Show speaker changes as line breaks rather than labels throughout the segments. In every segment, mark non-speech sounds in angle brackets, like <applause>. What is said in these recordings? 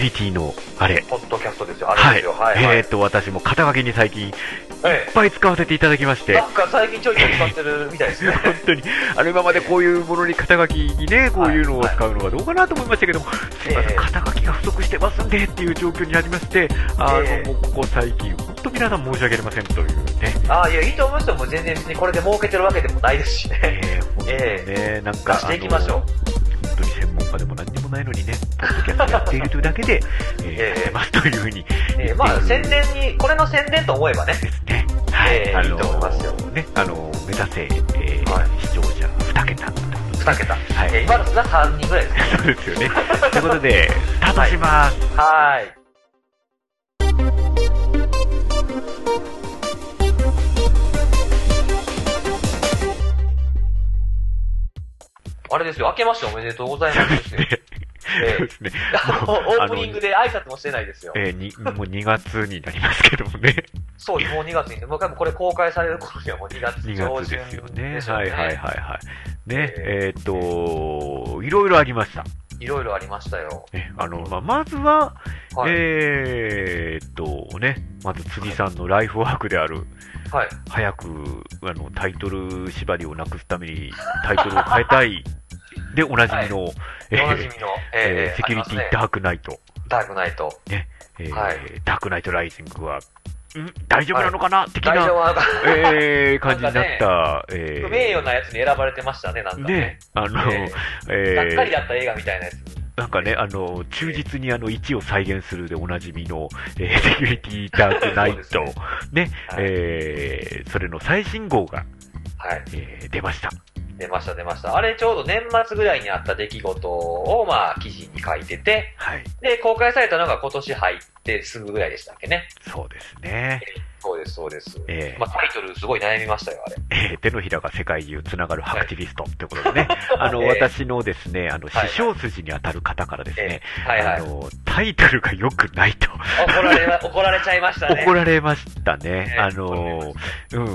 リティのあれ。
ポッドキャストですよ、あれですよ、はい。はい
えーっと、私も肩書きに最近いっ
え
ぱい使わせていただきまし
え
て
な。んか最近ちょいちょい使ってるみたいですね。 <laughs>
本当に、あの今までこういうものに肩書きにね、こういうのを使うのはどうかなと思いましたけども、すいません、
ええ
肩書きが不足してますんでっていう状況になりまして、あ
ええ
の、もうここ最近、本当皆さん申し訳ありませんというね、
ああ、いや、いいと思いますよ。もう全然別にこれで儲けてるわけでもないですし <laughs> ね。
ええ本当にね、なん
出
か、
していきましょ
あ。
う
の本当に専門家でも何にもないのにね、ポッドキャストやっているというだけで、ええ
ええ
やってますというふうに
ええまあ、宣伝に、これの宣伝と思えばね。
ですね、はい、
ええ
あ
いいと思いますよ
の、ね、あの、目指せ、ええ
はい
視聴者2桁ということで
2桁。
はい
ええ今のが3人ぐらいですね。
そうですよね。ということで、スタートします。
はい。あれですよ、明けましておめでとうございますです <laughs> よ。え
そう <laughs>
え
ですね。
あの
もう
オープニングで挨拶もしてないですよ
あ。のえーに、もう2月になりますけども
<laughs>
ね。
そうです、もう2月に、もう多分これ公開される頃にはもう2月
2
上
月
旬
ですよね。
でしょう
はいはいはいはい。ね、
え
えーっと、いろいろありました。
いろいろありましたよ。
ね、あの、まあ、まずは、
はい。
えーっとね、まず次さんのライフワークである、
はい。
早く、あの、タイトル縛りをなくすために、タイトルを変えた
<laughs>
い。で、おなじみの、え
おな
ー
じみの、
え
え
ー
え
セキュリテ
あり
ィ
ますね
ダークナイト。
ダークナイト。
えー
はい
ダークナイトライジングは、ん大丈夫なのかな、的
大
な
丈夫なのか
えー、感じになった、えー、
名誉なやつに選ばれてましたね、なんかね
ね。、あの、
え
え
え
ー
がっかりだった映画みたいなやつ。
なんかね、あの、忠実にあの、1を再現するでおなじみの、え
<laughs>
ーセキュリティダークナイト、
そうです
ね、
はい
えーそれの最新号が、
はい。
えー出ました。
出ました、出ました。あれ、ちょうど年末ぐらいにあった出来事を、まあ、記事に書いてて、
はい、
で、公開されたのが今年入ってすぐぐらいでしたっけね。
そうですね。
そうです、そうです。
えー
まあ、タイトルすごい悩みましたよ、あれ。
えー <laughs> 手のひらが世界中つながるハクティビストということでね、あの、
えー
私のですね、あの、
はい
師匠筋に当たる方からですね、
はいは
あ
い。
の、タイトルが良くないと、
怒られま、怒られちゃいましたね。
怒られましたね。
ね
あ
怒られ
の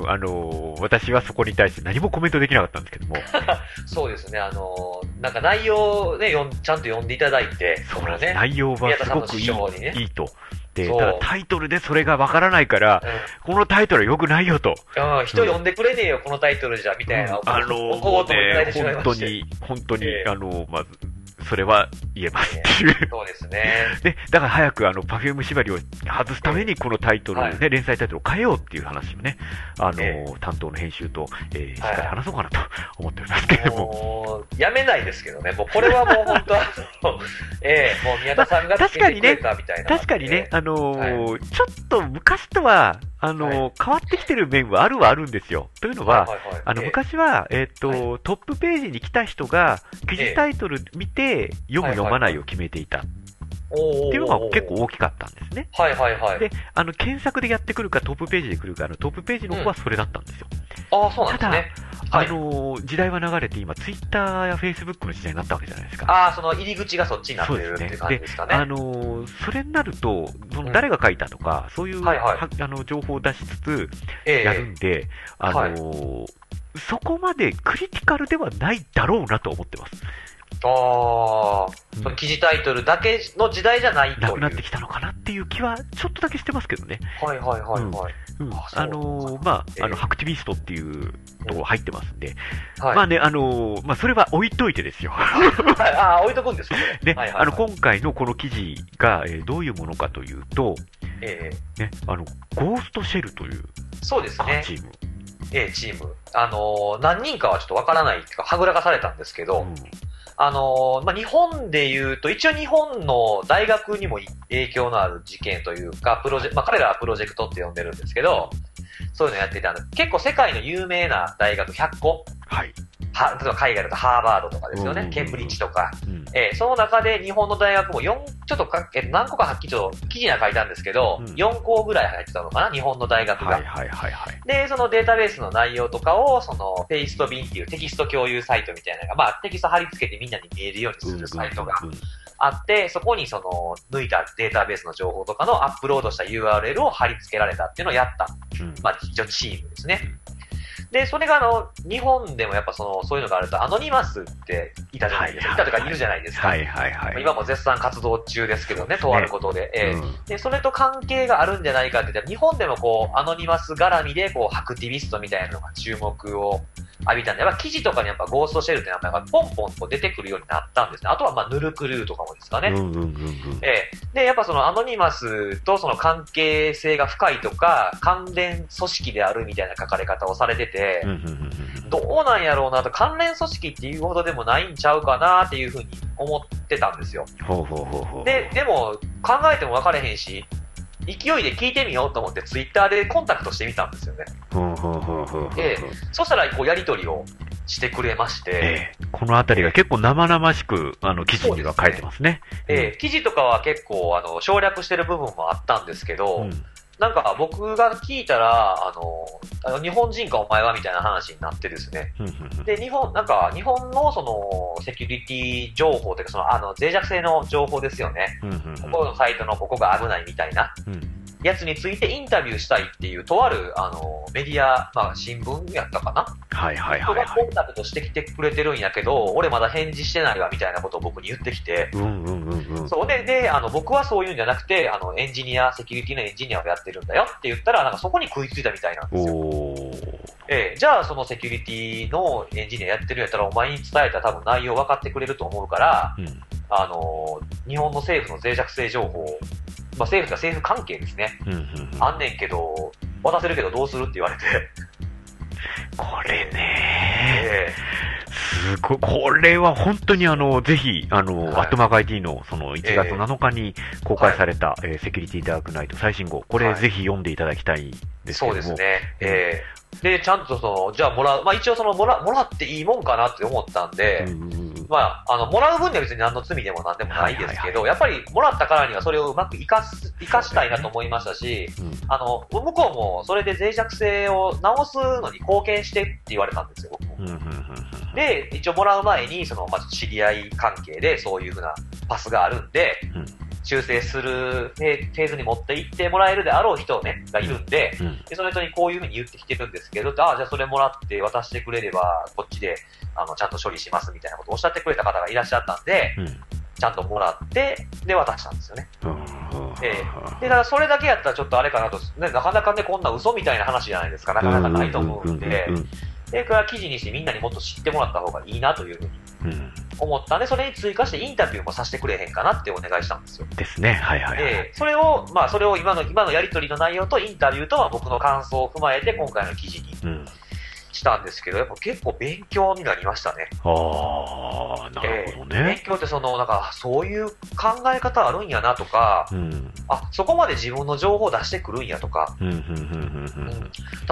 ま、
うん、あの、私はそこに対して何もコメントできなかったんですけども、
そうですね、あのーなんか内容をね、読んちゃんと読んでいただいて、
そうなんです。
ね。
内容は
宮田
す
さん
ご
の
く
師
いい
匠にね。
いいと。で、
そう
ただタイトルでそれがわからないから、このタイトルは良くないよと。
うん、うん、人呼んでくれねえよ、このタイトルじゃ、み
うん
たいな、
あ
お
の、
こうともいただ
ね
いてしまいま
本当
して。
に、本当に
え、え
あの、まず、それは言えますっていう。
そうですね。
で、だから早くあの、パフューム縛りを外すために、このタイトルをね、
は
連載タイトルを変えようっていう話をね、あの、
え
担当の編集と、えー、しっ
はい
かり話そうかなと <laughs> 思っておりますけれども。
もう、やめないですけどね。もう、これはもう本当あの、ええもう宮田さんが
まあ
つけてくれたみたいな、
確かにね、。あのーちょっと昔とは、あのー
は
変わってきてる面はあるはあるんですよ。というの
はい
は、
はいはい。
あの、
ええ
昔は、えーっと、
は
トップページに来た人が、記
え
事
え
タイトル見て、読む、
はいはいはい
読まないを決めていたっ
お
ていうの
は
が結構。大きかったんですね。
はいはいはい。
で、あの、検索でやってくるか、トップページで来るか、あの、トップページの方はそれだったんですよ。
ああ、そうなんですね。は
あ
い。
のー時代は流れて今、ツイッターやフェイスブックの時代になったわけじゃないですか。
ああ、その入り口がそっちになってるっていう感じですかね。
あのーそれになると、そ
うん
の誰が書いたとか、そういう、
はいはい
はあの情報を出しつつ
え
やるんで、あのーそこまでクリティカルではないだろうなと思ってます。
あ
う
あ、
ん
その記事タイトルだけの時代じゃないという。
なくなってきたのかなっていう気は、ちょっとだけしてますけどね。
はいはいはいはい。
うん
あそう
あのーまあ、あの、
ええ
ハクティビストっていうとこ入ってますんで、
はい。
まあね、あのーまあ、それは置いといてですよ。 <laughs>
はい <laughs> ああ、置いとくんですかこれ
ね、
はいはいはい
あの、今回のこの記事が、えーどういうものかというと、
ええ
ね、あの、ゴーストシェルという
そうですね。
チーム。
ええチーム。あのー何人かはちょっとわからないっていうか、はぐらかされたんですけど、
うん
あのーまあ、日本で言うと、一応日本の大学にも影響のある事件というか、プロジェまあ、彼らはプロジェクトって呼んでるんですけど、そういうのやってて、あの結構世界の有名な大学100個、
はい。
は例えば海外だとハーバードとかですよ
うんうんう
ね、
ん
ケンブリッジとか、
うん
えーその中で日本の大学も4、ちょっとか、えー何個かはっきりと記事には書いたんですけど、
うん
4校ぐらい入ってたのかな、日本の大学が。
はいはいはいはい。
で、そのデータベースの内容とかを、その、ペイスト便っていうテキスト共有サイトみたいなのが、まあ、テキスト貼り付けてみんなに見えるようにするサイトが
うんうん
あって、そこにその、抜いたデータベースの情報とかのアップロードした URL を貼り付けられたっていうのをやった、
うん
まあ、一応チームですね。で、それがあの、日本でもやっぱその、そういうのがあると、アノニマスっていたじゃないですか。、
はいいはい
たとかいるじゃないですか。
はいはいはい。
今も絶賛活動中ですけどね、とあることで。ええ
うん
で、それと関係があるんじゃないかって言ったら、日本でもこう、アノニマス絡みで、こう、ハクティビストみたいなのが注目を浴びたんで、やっぱ記事とかにやっぱゴーストシェルって名前がポンポンと出てくるようになったんですね。あとはまあ、ヌルクルーとかもですかね。
うんうんうんうん。
ええ。で、やっぱそのアノニマスとその関係性が深いとか、関連組織であるみたいな書かれ方をされてて
うん、うんうんうん
どうなんやろうなと、関連組織っていうほどでもないんちゃうかなっていうふうに思ってたんですよ。
ほうほうほうほう。
で、でも、考えても分かれへんし、勢いで聞いてみようと思ってツイッターでコンタクトしてみたんですよね。
ほうほうほうほうほう。
えそしたら、こう、やりとりをしてくれまして、
ええこのあたりが結構生々しく、あの、記事には書いてますね。
ええ記事とかは結構、あの、省略してる部分もあったんですけど、
うん
なんか僕が聞いたら、あの、あの日本人かお前はみたいな話になってですね。
うんうんうん
で、日本、なんか、日本のその、セキュリティ情報というか、その、あの、脆弱性の情報ですよね。
うんうん
ここのサイトのここが危ないみたいな
うんうん
やつについてインタビューしたいっていう、とある、あの、メディア、まあ、新聞やったかな
はいはい
人
はい
が
は
コ
い。
ンタクトしてきてくれてるんやけど、俺まだ返事してないわみたいなことを僕に言ってきて、
うんうんうんうん。
そうで、で、あの、僕はそういうんじゃなくて、あの、エンジニア、セキュリティのエンジニアをやってるんだよって言ったら、なんかそこに食いついたみたいなんですよ。
おー。
ええ、じゃあそのセキュリティのエンジニアやってるんやったら、お前に伝えたら多分内容分かってくれると思うから、
うん
あの、日本の政府の脆弱性情報、まあ、政府か政府関係ですね。
うんうんうん。
あんねんけど、渡せるけどどうするって言われて、
これね
<laughs> え
すごい、これは本当にあの、ぜひ、あの、
はい
アットマーク IT の、その、1
ええ
月7日に公開された、えーセキュリティダークナイト最新号、これ、
はい
ぜひ読んでいただきたい
え、
ですけ
そ
ども。
うですね。ええ。で、ちゃんとその、じゃあもらう、まあ、一応その、もら、もらっていいもんかなって思ったんで、
うんうんうん
まあ、あの、もらう分には別に何の罪でも何でもないですけど、やっぱりもらったからにはそれをうまく活かす、活かしたいなと思いましたし、
うん
あの、向こうもそれで脆弱性を直すのに貢献してって言われたんですよ、僕も
うんうんうんうん
で、一応もらう前に、その、まあ、知り合い関係でそういうふうなパスがあるんで、
うん
修正するフェフェーズに持っていってもらえるであろう人ね、がいるんで、
うん
で、その人にこういうふうに言ってきてるんですけど、ああ、じゃあそれもらって渡してくれれば、こっちで、あの、ちゃんと処理しますみたいなことをおっしゃってくれた方がいらっしゃったんで、
うん
ちゃんともらって、で、渡したんですよね。
うん
えで、だからそれだけやったらちょっとあれかなと、ね、なかなかね、こんな嘘みたいな話じゃないですか。なかなかないと思うんで
う、ん
で、これは記事にしてみんなにもっと知ってもらった方がいいなというふうに
うんうん
思ったんで、それに追加してインタビューもさせてくれへんかなってお願いしたんですよ。
ですね、はいはいはい。
ええそれを、まあ、それを今の、今のやりとりの内容とインタビューとは僕の感想を踏まえて今回の記事に
うん
したんですけど、やっぱ結構勉強になりましたね。
ああ、なるほど
勉
ね。
強ってその、なんか、そういう考え方あるんやなとか、
うん
あ、そこまで自分の情報を出してくるんやとか、
うんうんうんうんうん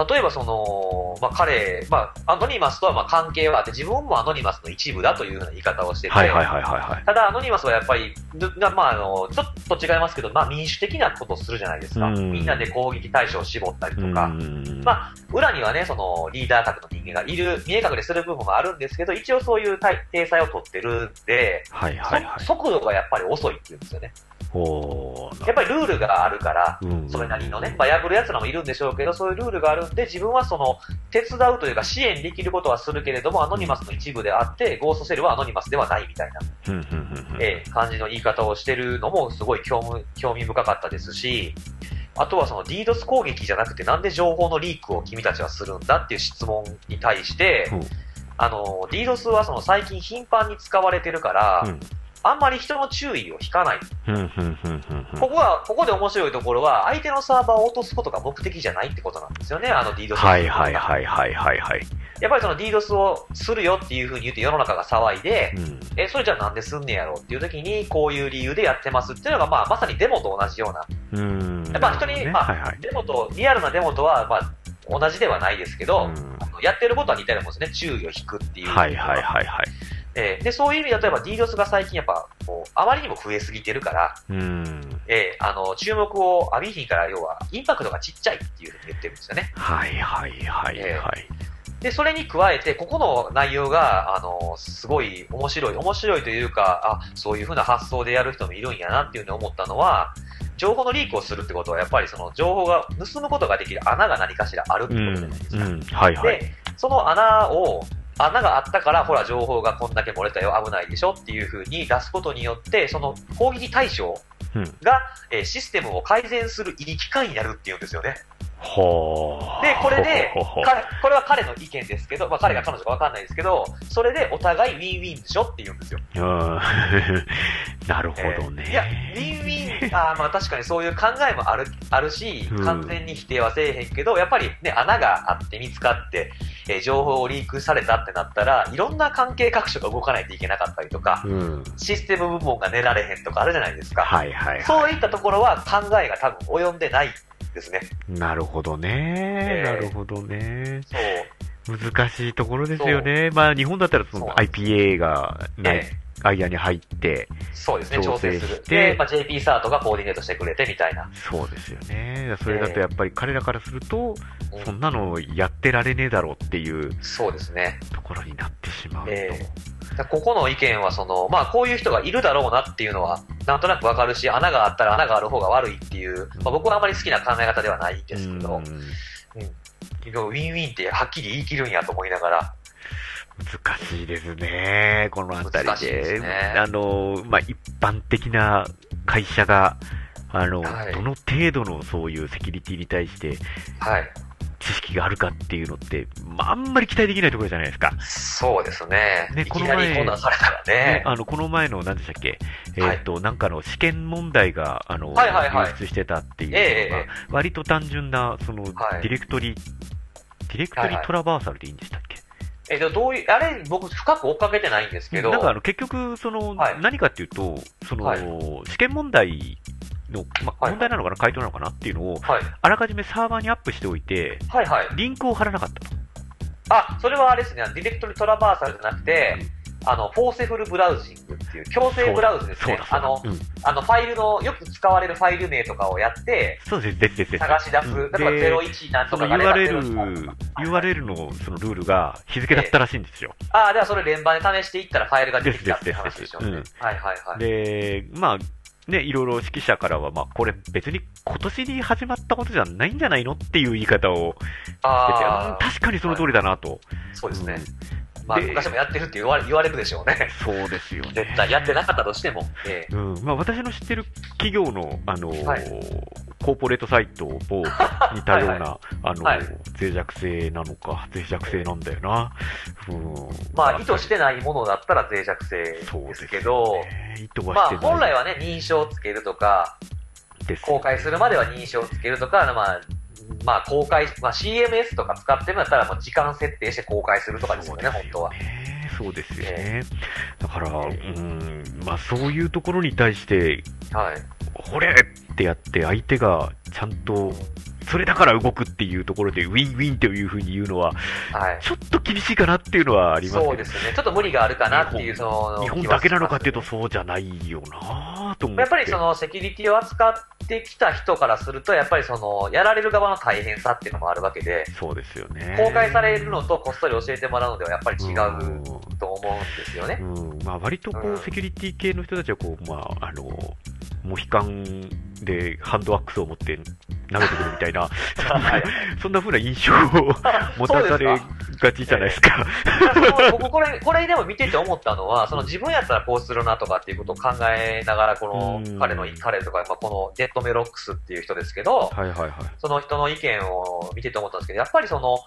例えばその、まあ、彼、まあ、アノニマスとはまあ関係はあって、自分もアノニマスの一部だというような言い方をしてて、
はいはいはいはいはい。
ただ、アノニマスはやっぱり、ぬなまあ、あの、ちょっと違いますけど、まあ、民主的なことをするじゃないですか。
うん
みんなで攻撃対象を絞ったりとか。
うん
まあ、裏にはね、その、リーダー格の人間がいる、見え隠れする部分もあるんですけど、一応そういう体体裁を取ってるんで、
はい
そ
はいはい。
速度がやっぱり遅いっていうんですよね。
おー
やっぱりルールがあるから、
うん
それなりのね、まあ、破る奴らもいるんでしょうけど、そういうルールがあるんで、自分はその、手伝うというか、支援できることはするけれども、アノニマスの一部であって、ゴーストセルはアノニマスではないみたいな。
うんうんうんうん
ええ、感じの言い方をしてるのもすごい興味興味深かったですし、あとはその DDoS 攻撃じゃなくてなんで情報のリークを君たちはするんだっていう質問に対して
うん、
あの、DDoS はその最近頻繁に使われてるから、
うん
あんまり人の注意を引かない。
うんうんうんうんうん
ここは、ここで面白いところは、相手のサーバーを落とすことが目的じゃないってことなんですよね、あの DDoS
はいはいはいはいはいはい。
やっぱりその DDoS をするよっていうふうに言って世の中が騒いで、
うん
え、それじゃあなんですんねやろうっていう時に、こういう理由でやってますっていうのが、まあ、まさにデモと同じような。
うん。
やっぱ人に
ね
まあ
はいはい。
デモと、リアルなデモとは、まあ、同じではないですけ
う
ど、
ん
やってることは似たようなもんですね。注意を引くっていう。
はいはいはいはい。
えーで、そういう意味だと、やっぱ DDoS が最近やっぱ、こう、あまりにも増えすぎてるから、
うん。
えーあの、注目を浴びひんから、要は、インパクトがちっちゃいっていうふうに言ってるんですよね。
はいはいはいはい。
で、それに加えて、ここの内容が、あの、すごい面白い、面白いというか、あ、そういうふうな発想でやる人もいるんやなっていうふうに思ったのは、情報のリークをするってことは、やっぱりその情報が、盗むことができる穴が何かしらあるって
う
こ
ん
とじゃないですか。
うん。はいはい。
で、その穴を、穴があったから、ほら、情報がこんだけ漏れたよ、危ないでしょっていう風に出すことによって、その攻撃対象
うん
が、えーシステムを改善する意義機関になるっていうんですよね。
はあ。
で、これで
ほほほ、
彼これは彼の意見ですけど、まあ彼が彼女かわかんないですけど、それでお互いウィンウィンでしょって言うんですよ。
うん <laughs> なるほどね。
えーいや、ウィンウィン、あーまあ確かにそういう考えもあるあるし
う、ん
完全に否定はせえへんけど、やっぱりね、穴があって見つかって、えー情報をリークされたってなったら、いろんな関係各所が動かないといけなかったりとか、
うん。
システム部門が寝られへんとかあるじゃないですか。
はいはいは
そういったところは考えが多分及んでないですね。
い。なるほどね。
えー
なるほどね。
そう。
難しいところですよね。まあ、日本だったらその
そう
IPA が
え
ね、間に入って、
そうですね、
調
調
整
整
して
する。で、まあ、JP サートがコーディネートしてくれてみたいな。
そうですよね。それだとやっぱり彼らからすると、
うん
そんなのやってられねえだろうっていう
そうですね。
ところになってしまうと。
えだここの意見は、その、まあ、こういう人がいるだろうなっていうのは、なんとなくわかるし、穴があったら穴がある方が悪いっていう、まあ、僕はあまり好きな考え方ではないんですけど
うん、
結局ウィンウィンってはっきり言い切るんやと思いながら、
難しいですね、このあたり
難しい
で。
ですね
あの、まあ、一般的な会社が、あの、
はい
どの程度のそういうセキュリティに対して
はい。
知識があるかっていうのって、まあ、あんまり期待できないところじゃないですか。
そうですね。
ね
いきな
この前
りこんなんされたら
ね
ね。
あの、この前の、何でしたっけ、え
はい
っと、なんかの試験問題が、あの、
はいはいはい
流出してたっていうの
え
が、
えええ
割と単純な、その、
はい
ディレクトリ、ディレクト
はい
リ
はい
トラバーサルでいいんでしたっけ、
えっと、どういう、あれ、僕深く追っかけてないんですけど、
なんかあの結局、その、
はい
何かっていうと、その、
はい
試験問題の、ま
はい
問題なのかな、回答なのかなっていうのを、
はい。
あらかじめサーバーにアップしておいて、
はいはい。
リンクを貼らなかったと。
あ、それはあれですね、ディレクトリトラバーサルじゃなくて、あの、フォーセフルブラウジングっていう、強制ブラウズです
そう
ね
だ、。そ
あ
うだ
の、
うん
あの、ファイルの、よく使われるファイル名とかをやって、
そうです、です、です。です
探し出す。
うん
例えば
で、
01なん
そ
と
の
かがあれば
URL、URL のそのルールが日付だったらしいんですよ。
ああ、ではそれ連番で試していったらファイルが出てきたっていう話でしょうね。
ですです
はいはいはい。
で、まあ、ね、いろいろ指揮者からは、まあ、これ別に今年に始まったことじゃないんじゃないのっていう言い方をしてて、
あ
うん確かにその通りだなと。
あ、そうです
うん
ね。まあ、
で
昔もやってるって言われ言われるでしょうね。
そうですよね。
絶対やってなかったとしても。ええ
うんまあ、私の知ってる企業の、あのー
はい
コーポレートサイトを似たような
はい
あのー
はい
脆弱性なのか脆弱性なんだよな、うん、
まあ、意図してないものだったら脆弱性
そう
で
です
す
け
け
ど、
ど、
ね、意図
ま
はし
あ
て、ない
本来はね、認証をつけるとか、
です
公開するまでは認証をつけるとか、まあ、まあ、公開、まあ、CMS とか使ってるんだったら、もう時間設定して公開するとかですよね、本当は。
そうですよね、だから、うんまあ、そういうところに対して、
はい。
これってやって、相手がちゃんと、それだから動くっていうところで、ウィンウィンというふうに言うのは、
はい。
ちょっと厳しいかなっていうのはありますけど
そうですね。ちょっと無理があるかなっていう、
日
その、
日本だけなのかっていうと、
気はし
そうじゃないよなぁと思っ
ます
て。
やっぱりその、セキュリティを扱ってきた人からすると、やっぱりその、やられる側の大変さっていうのもあるわけで、
そうですよね。
公開されるのとこっそり教えてもらうのではやっぱり違う
う
と思うんですよね。
ん。うん。まあ、割とこ
う
う、
ん
セキュリティ系の人たちは、こう、まあ、あの、モヒカンでハンドアックスを持って投げてくるみたいな、
はい
そんな風な印象を持たされがちじゃないですか。
<laughs> 僕これ、これでも見てて思ったのは、その自分やったらこうするなとかっていうことを考えながら、こ
うん
の彼の、彼とか、まあ、このジェットメロックスっていう人ですけど、
はいはいはい。
その人の意見を見てて思ったんですけど、やっぱりその、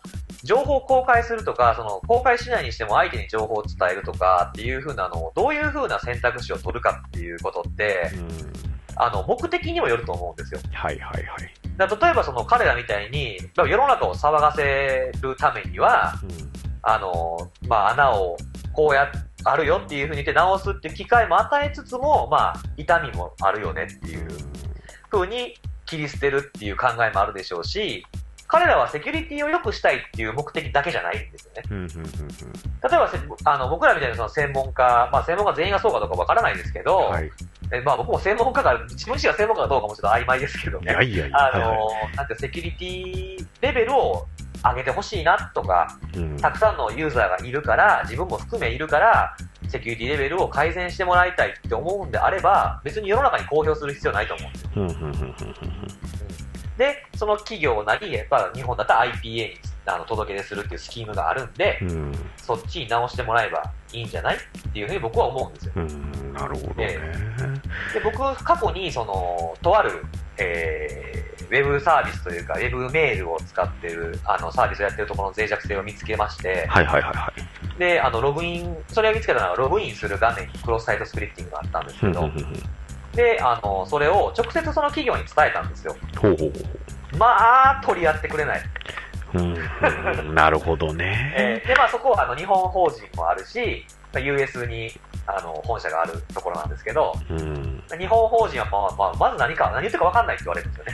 情報を公開するとか、その、公開しないにしても相手に情報を伝えるとかっていう風なのを、どういう風な選択肢を取るかっていうことって、
うん。
あの、目的にもよると思うんですよ。
はいはいはい。
だから例えばその彼らみたいに、まあ世の中を騒がせるためには、
うん。
あの、まあ、穴をこうや、あるよっていうふうに言って直すっていう機会も与えつつも、まあ、痛みもあるよねっていうふうに切り捨てるっていう考えもあるでしょうし、彼らはセキュリティを良くしたいっていう目的だけじゃないんですよね。
うん。うん。うん。
例えばせ、あの、僕らみたいなその専門家、まあ、専門家全員がそうかどうかわからないですけど、
うん。はい。
えまあ、僕も専門家が、自分自身が専門家かどうかもちょっと曖昧ですけど
い
ね。
やいやいや。
あ
はいは
のなんてセキュリティレベルを上げてほしいなとか、
いうん
たくさんのユーザーがいるから、自分も含めいるから、セキュリティレベルを改善してもらいたいって思うんであれば、別に世の中に公表する必要ないと思うんですよ。
うんうんうんうんうん
で、その企業なり、やっぱ日本だったら IPA にあの、届け出するっていうスキームがあるんで、
うん。
そっちに直してもらえばいいんじゃないっていうふうに僕は思うんですよ。
うん、なるほどね。
で、僕、過去に、その、とある、えー、ウェブサービスというか、ウェブメールを使ってる、あの、サービスをやってるところの脆弱性を見つけまして、
はいはいはいはい。
で、あの、ログイン、それを見つけたのは、ログインする画面にクロスサイトスクリプティングがあったんです
う
け
んうんう
ど
ん、うん
で、あの、それを直接その企業に伝えたんですよ。
ほうほうほう
まあ、取り合ってくれない。
うんうん。なるほどね。
えーで、まあそこはあの日本法人もあるし、まあ US にあの本社があるところなんですけど、
うん。
日本法人はまあ、まあ、まず何か、何言ってるか分かんないって言われるんですよね。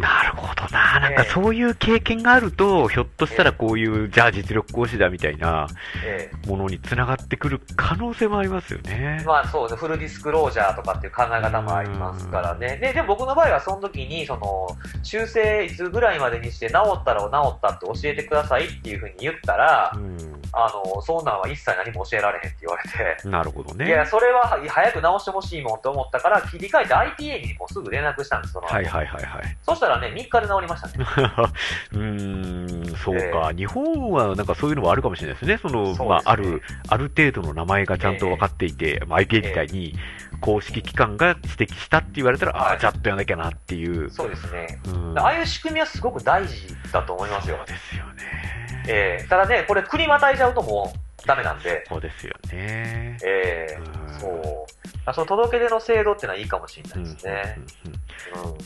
なるほどな。なんかそういう経験があると、ひょっとしたらこういう、じゃあ実力行使だみたいな
え
ものに繋がってくる可能性もありますよね
ー。まあそうですフルディスクロージャーとかっていう考え方もありますからね。で、でも僕の場合はその時に、その、修正いつぐらいまでにして治ったら治ったって教えてくださいっていうふうに言ったら
う、ん。
あの、そんなんは一切何も教えられへんって言われて、
なるほど
い
ね
や、。それは早く直してほしいもんと思ったから、切り替えて ITA にもうすぐ連絡したんです、その後
はいはいはいはい。 <laughs>
そしたらね、3日で治りましたね。
うーん、そうか、日本はなんかそういうのはあるかもしれないですね。その、
そうですね
まあ、ある、ある程度の名前がちゃんと分かっていて、まあ、IPA 自体に公式機関が指摘したって言われたら、あ
は
あ、
い
ちゃんとやらなきゃなっていう。
そうですね。
うん
ああいう仕組みはすごく大事だと思いますよ
そう。ですよね。
ええただね、これ国またいじゃうともうダメなんで、
そうですよね。
ええ
うん
そう。あその届け出の制度ってのはいいかもしれな
う
い
ん
ですね。
うんうん
うん。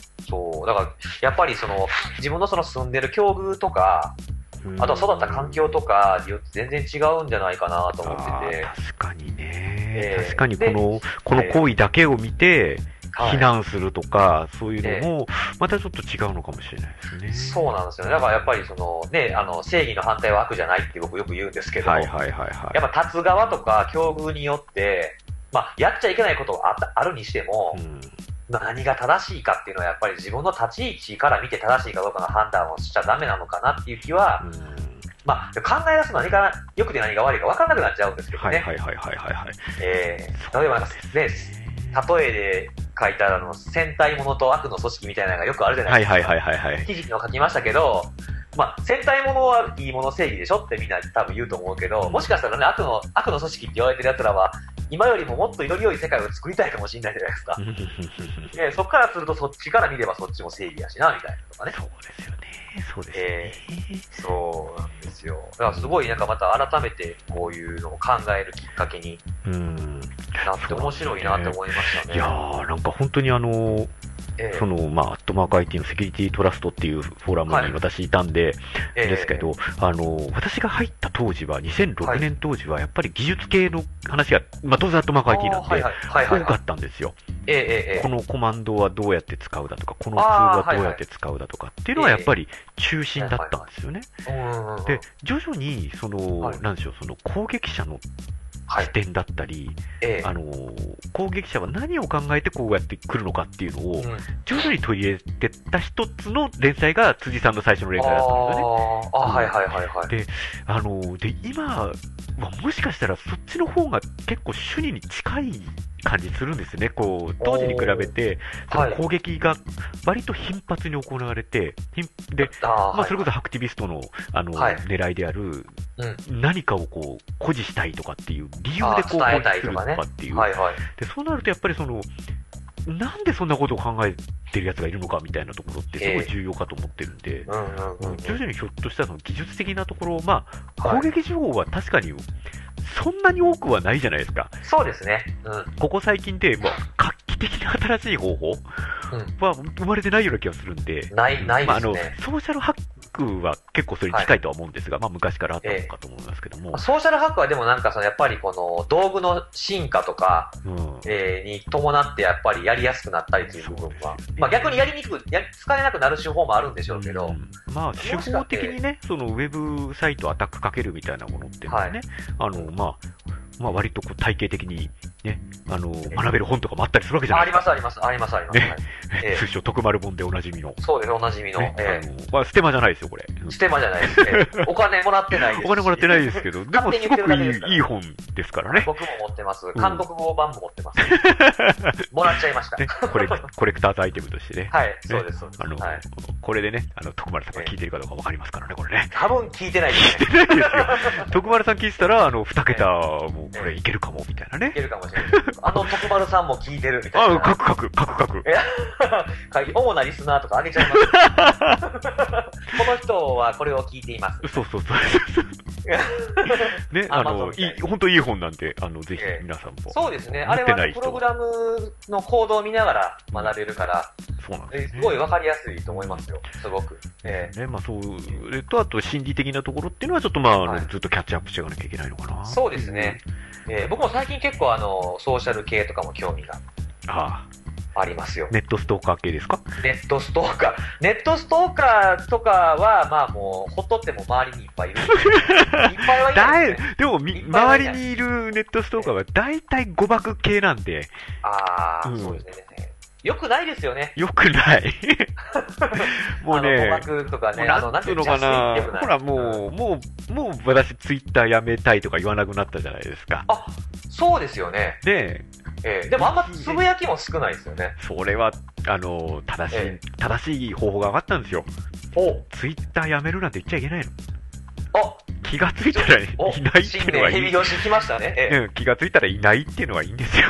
そう。だから、やっぱりその、自分のその住んでる境遇とか、
うん
あとは育った環境とかによって全然違うんじゃないかなと思
あ
ってて、
ー確かにね、
ええ
確かにこ
で
の、この行為だけを見て、
はい
非難するとか、そういうのも、またちょっと違うのかもしれないですね。
そうなんですよね。だからやっぱりその、ね、あの、正義の反対は悪じゃないって僕よく言うんですけど、
はいはいはいはい。
やっぱ立つ側とか境遇によって、まあ、やっちゃいけないことがあったあるにしても
う、ん
何が正しいかっていうのはやっぱり自分の立ち位置から見て正しいかどうかの判断をしちゃダメなのかなっていう気は、
うん
まあ、考え出すと何が良くて何が悪いか分からなくなっちゃうんですけどね。
はいはいはいはいはいはい。
えー例えばなんかね、例えで書いたあの、戦隊ものと悪の組織みたいなのがよくあるじゃない
は
で
い
すか。
はいはいはい
<laughs>
はい。
記事にも書きましたけど、まあ、戦隊ものはいいもの正義でしょってみんな多分言うと思うけど、もしかしたらね、悪の、悪の組織って言われてる奴らは、今よりももっとより良い世界を作りたいかもしれないじゃないですか。で、そっからするとそっちから見ればそっちも正義やしな、みたいなとかね。
そうですよね。そうです
え
ね。
そうなんですよ。だからすごいなんかまた改めてこういうのを考えるきっかけに
うん。
なって面白いなって思いましたね。
いやー、なんか本当にあの、
ええ
その、まあ、アットマーク IT のセキュリティトラストっていうフォーラム
は
に
い
私いたんで、
ええ
ですけど、あの、私が入った当時は、2006年当時は、やっぱり技術系の話が、まあ、当然アットマーク IT な
あ
ん
ーはい
で、
はいはいはい
多
は
か
い。
ったんですよ。
えええええ
このコマンドはどうやって使うだとか、このツ
あー
ールはどうやって使うだとかっていうのはやっぱり中心だったんですよね。
えうんうんうん。
で、徐々に、その、
はい
なんでしょう、その攻撃者の
は
視
い。
点だったり、
ええ
あのー、攻撃者は何を考えてこうやってくるのかっていうのを
う、ん
徐々に取り入れてった一つの連載が辻さんの最初の連載だったんですよね。
あーあ、
うん
はいはいはいはい。
あのー、で、今はもしかしたらそっちの方が結構主義に近い感じするんですよね。こう、当時に比べて、そ
は
の
い
攻撃が割と頻発に行われて、頻で、
あー
まあ、それこ
はい
そハクティビストのあの、
はい
狙いである、
う
何かをこう誇示したいとかっていう理由
あ
で
ー
こう
伝え
誇
た
示す
いと
ると
かね
かっていう、
はいはい。
でそうなるとやっぱりそのなんでそんなことを考えてるやつがいるのかみたいなところってすごい重要かと思ってるんで、
うんうんうんう
うんん。徐々にひょっとしたらその技術的なところ、まあ、
はい
攻撃手法は確かにそんなに多くはないじゃないですか、
そうですね。うん。
ここ最近で、まあ、画期的な新しい方法は生まれてないような気がするんで。
ない、ない
まあ、
で
あ
す
の
ね。
ソーシャルハックは結構それに近いとは思うんですが、まあ、昔からあったのかと思いますけども、
ソーシャルハックはでもなんかそのやっぱりこの道具の進化とか、
うん
えーに伴ってやっぱりやりやすくなったりという部分は
そうですよね。
まあ逆にやりにくく、や使えなくなる手法もあるんでしょうけど、
うんまあ、手法的にね、そのウェブサイトアタックかけるみたいなものっていうのはね、あのまあまあ、割とこう体系的に、ね、あの、学べる本とかもあったりするわけじゃ
あ
な
あ
いで
り
す
ま
か。
す、あります、あります、あります。
ね
はいええ
<laughs> 通称、徳丸本でおなじみの。
そうです、おなじみの。
ね、
ええ
あの、まあ、ステマじゃないですよ、これ。うん
ステマじゃないですね。お金もらってないですし。
お金もらってないです
<laughs>
けど、でも
勝手
す
に
ご
言ってる
く
だけですから
いいいい本ですから
<laughs>
ね。
僕も持ってます。
ん
韓国語版も持って
<laughs>
ます。もらっちゃいました。
ね、コレコレクターズアイテムとしてね。
はい、そうです、そうです。
あの、
はい。
これでね、あの、徳丸さんが聞いてるかどうかわかりますからね、これね。
多分聞いてないですね。
ないですよ。徳丸さん聞いてたら、あの、二桁、もうこれいけるかも、みたいないね。
けるかもしれない。あの徳丸さんも聞いてるみたい
あ、
な。
カクカク、カクカク。
会議主なリスナーとかあげちゃいます。
<laughs>
この人はこれを聞いています。
そうそう
<laughs>
そう。ね、あの、いい、本当いい本なんで、あの、ぜひ皆さんも。
そうですね。
持
あ
っ
れ
て
は
ない人
プログラムのコードを見ながら学べるから、
そうなん
え
ですすね。
ごいわかりやすいと思いますよ。すごく。え
ね、まあそう、えっと、あと心理的なところっていうのはちょっとまあ、あの
はい
ずっとキャッチアップしていかなきゃいけないのかな。
えそうですね。。ええ僕も最近結構あの、ソーシャル系とかも興味が
あ
ありますよ
あ、。ネットストーカー系ですか
ネットストーカー。 <laughs> ネットストーカーとかは、まあもう、ほっとっても周りにいっぱいい
<laughs>
る。いっぱいはいな
だ
い
い
です、ね。、
でもみ、
いっぱいはい
周
ない
りにいるネットストーカーは大体誤爆系なんで、
ああ、
うん
そうですね。よくないですよね。
良く
<laughs>
ない。もうね、
あの、賭博とかね、
も
あ
う
の、
なんつうのかな
ジャスティン良くい
ほらもう、もう、もう私ツイッターやめたいとか言わなくなったじゃないですか。
あ、そうですよね。
で、
ええでもあんまつぶやきも少ないですよね。
それは、あの、正し
え
い、正しい方法が分かったんですよ。
お、
ツイッターやめるなんて言っちゃいけないの。
あ、
気がついたらい
お、
ないってい
新
うのは
年
い
蛇
い。
年来ましたね。ええ
うん、気がついたらいないっていうのはいいんですよ。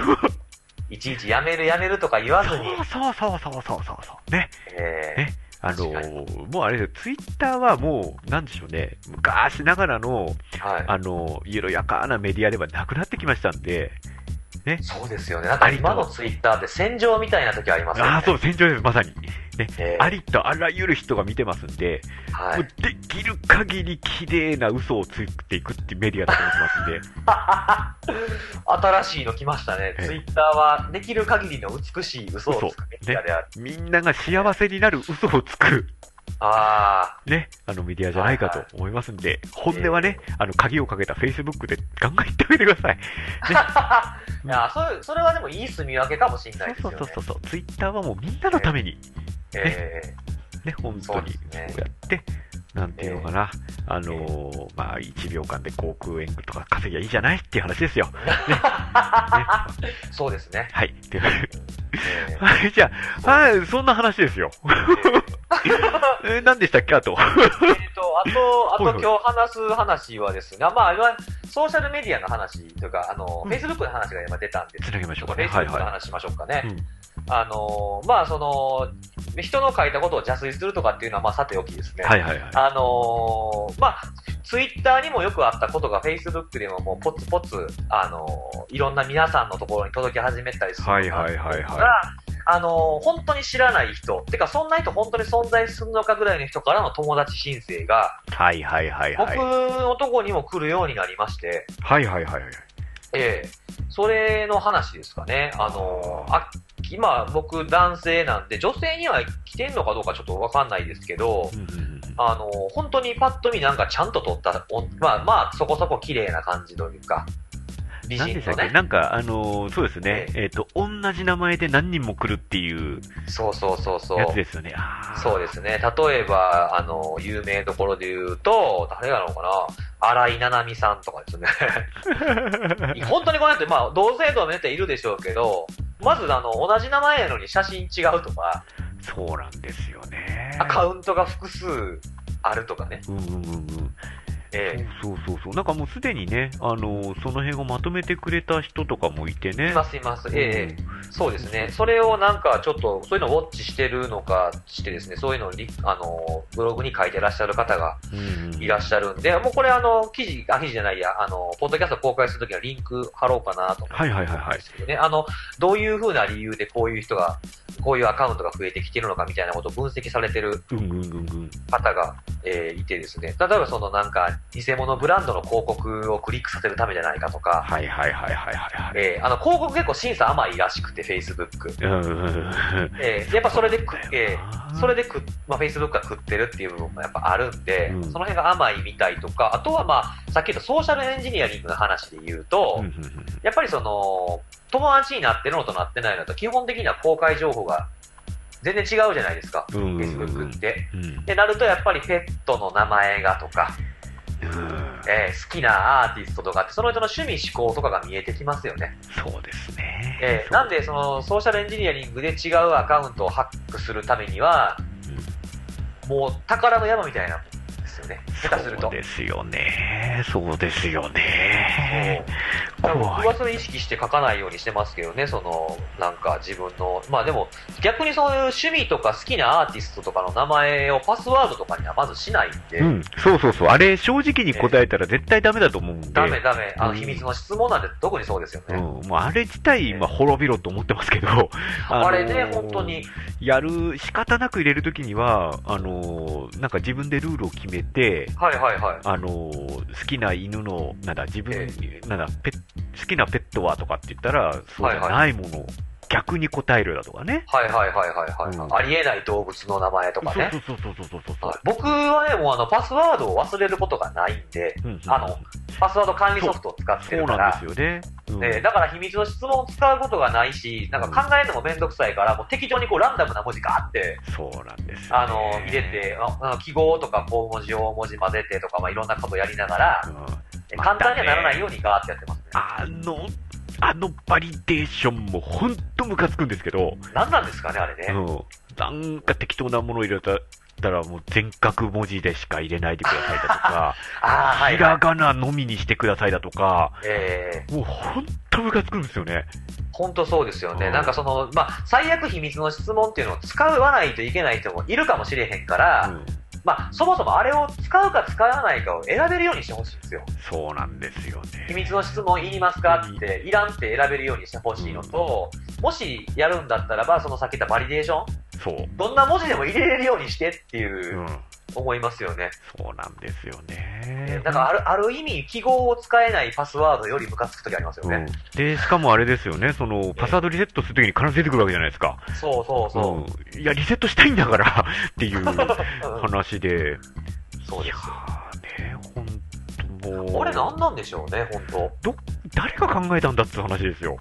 いちいちやめるやめるとか言わずに。
そうそうそうそうそうそうそう。ね。
ええ
ねあの
確
ーもうあれですよ、ツイッターはもう、なんでしょうね、昔ながらの、
はい。
あのー、緩やかなメディアではなくなってきましたんで、
そうですよね。なんか今のツイッターって戦場みたいな時ありますよね。
ああ、そう、戦場です、まさに。
ええ
ありとあらゆる人が見てますんで、
は
もう
い。
できる限り綺麗な嘘をついていくっていうメディアだと思ってますんで、
新しいの来ましたね
え。え
ツイッターはできる限りの美しい嘘をつくメディアで
<laughs>
ある。
みんなが幸せになる嘘をつく、
あ
ね、あのメディアじゃないかと思いますんで、本音はね、あの、鍵をかけた Facebook でガンガン言ってあげてください。
あ。
う
<laughs> い
ん
や、そう、それはでもいい住み分けかもしれないです
そ
よ
う
ね。
そうそうそう、Twitter はもうみんなのために、
ええ
ね、本当に
そ
こ
う
う
です
や
ね
って、なんていうのかな、あのーまあ、1秒間で航空円とか稼ぎゃいいじゃないっていう話ですよ。ね。ね
そうです
<laughs>
ね。
はい。という
ええ
はい、じゃあ、はい、そんな話ですよ。えー何でしたっけ、あと。
えっと、あと、あと
はいはい
今日話す話はですね、まあ、今、ソーシャルメディアの話というか、あの、
うん
Facebook の話が今出たんです
つなげまし
け
ょう
ど、
かね。はい、
Facebook の
は
話しましょうかね。あの、まあ、その、人の書いたことを邪推するとかっていうのは、まあ、さておきです
い。
ね。
はい、はい、はい。
あのーまあ、ツイッターにもよくあったことが、フェイスブックでももうポツポツ、あのーいろんな皆さんのところに届き始めたりするのが
はいはいはいはい
あのー本当に知らない人、てかそんな人本当に存在するのかぐらいの人からの友達申請が、
はい、はい、はい、は
僕
い。
のとこにも来るようになりまして、
はい、はい、はい。
ええそれの話ですかね。あのーあ今僕男性なんで、女性には来てんのかどうかちょっとわかんないですけど、
うんうんうん
あの、本当にパッと見なんかちゃんと撮った、おまあまあ、そこそこ綺麗な感じというか、美
何で
人
した
と
っけ
ね。
なんか、あのーそうですね。
え
えっ、と、同じ名前で何人も来るっていう
そうそうそうそう
や。つですよね。あー
そうですね。例えば、あの、有名どころで言うと、誰だろうかな、荒井七海さんとかですね。本当にこの人、まあ、同性度はめっているでしょうけど、まず、あの、同じ名前やのに写真違うとか、
そうなんですよね。
アカウントが複数あるとかね。
うんうんうんうん。
え
そうそうそう。なんかもうすでにね、あのーその辺をまとめてくれた人とかもいて
えい
ね。
ますいます。ええそうですね。それをなんかちょっと、そういうのをウォッチしてるのか、してですね、そういうのをリ、あの、ブログに書いてらっしゃる方が
うんうん
いらっしゃるんで、もうこれあの、記事、あ、記事じゃないや、あの、ポッドキャスト公開するときはリンク貼ろうかなと思
はいはいはい
うん
はい
で。すけどね、あの、どういうふうな理由でこういう人が、こういうアカウントが増えてきてるのかみたいなことを分析されてる
うんうんうんうん。
方が、えーいてですね、例えばそのなんか、偽物ブランドの広告をクリックさせるためじゃないかとか、
はいはいはいはいはいはい。
えーあの、広告結構審査甘いらしくて、Facebook。
うんうんうん。
えーやっぱそれでく、えーそれ
で、
でく、まあ、Facebook が食ってるっていう部分もやっぱあるんで、
うん
その辺が甘いみたいとか、あとはまあ、さっき言ったソーシャルエンジニアリングの話で言うと、
うんうんうん
やっぱりその、友達になってるのとなってないのと、基本的には公開情報が全然違うじゃないですか。
うんうんうん
Facebook って。
うん
で、なるとやっぱりペットの名前がとか、
うん
えー好きなアーティストとかって、その人の趣味嗜好とかが見えてきますよね。
そうですね。
えー
そう
なんで、その、ソーシャルエンジニアリングで違うアカウントをハックするためには、もう宝の山みたいなもんですよね。下手する
そ
と
う。ですよね。そうですよね。
多分僕
怖い。
はそれ意識して書かないようにしてますけどね、その、なんか自分の、まあでも、逆にそういう趣味とか好きなアーティストとかの名前をパスワードとかにはまずしないんで、
うん、そうそうそう。あれ、正直に答えたら絶対ダメだと思うんで。
ダメダメ、
う
あの
ん
秘密の質問なんて特にそうですよ
うん、
ね。
もうあれ自体、今、滅びろと思ってますけど、あのー
<laughs> あれね、本当に。
やる、仕方なく入れるときには、あのーなんか自分でルールを決めて、
はいはいはい。
あのー好きな犬の、なんだ、自分、
え
なんだペッ、好きなペットはとかって言ったら、そうじゃないものを逆に答えるだとかね。
はいはいはいはい、はい
うん
ありえない動物の名前とか
<laughs>
ね。
そうそうそうそうそうそう
はい。僕はね、もうあの、パスワードを忘れることがないんで、
うんうん
あの、パスワード管理ソフトを使って
そう
るか
なんで、
ら
すよね。うん
えーだから秘密の質問を使うことがないし、なんか考えるのもめんどくさいから、もう適当にこうランダムな文字があって、
そうなんですよね、
あのー入れて、ああの記号とか大文字、大文字混ぜてとか、まあ、いろんなことやりなが
う
ら、
ん、
え簡単にはならないようにガーってやってますね。
あの、あのバリデーションもほんとムカつくんですけど、
何なんですかね、あれ
う
ね。
ん、なんか適当なものを入れたらもう全角文字でしか入れないでくださいだとか、
ああ、 <laughs> はい、
ひ
は
ら
い。
がなのみにしてくださいだとか、
え
もうほんとムカつくんですよね。
本当そうですよ
う
ね。
ん
なんかその、まあ、最悪秘密の質問っていうのを使わないといけない人もいるかもしれへんから、
うん、
まあ、そもそもあれを使うか使わないかを選べるようにしてほしいんですよ。
そうなんですよ
秘
ね。
密の質問いりますかって、いらんって選べるようにしてほしいのと、もしやるんだったらば、そのさっき言ったバリデーション
そう。
どんな文字でも入れれるようにしてっていうう、
ん、
思いますよね。
そうなんですよね。
だからある、ある意味、記号を使えないパスワードよりムカつくときありますよ
うん
ね。、
で、しかもあれですよね、その、パスワードリセットするときに必ず出てくるわけじゃないですか。
そうそう <laughs> そう。
うん。いや、リセットしたいんだから <laughs> っていう
うん
話で。
そう
い
で
や
す。
ーね、ほんともう。
これ何なんでしょうね、本当
誰が考えたんだって話ですよ。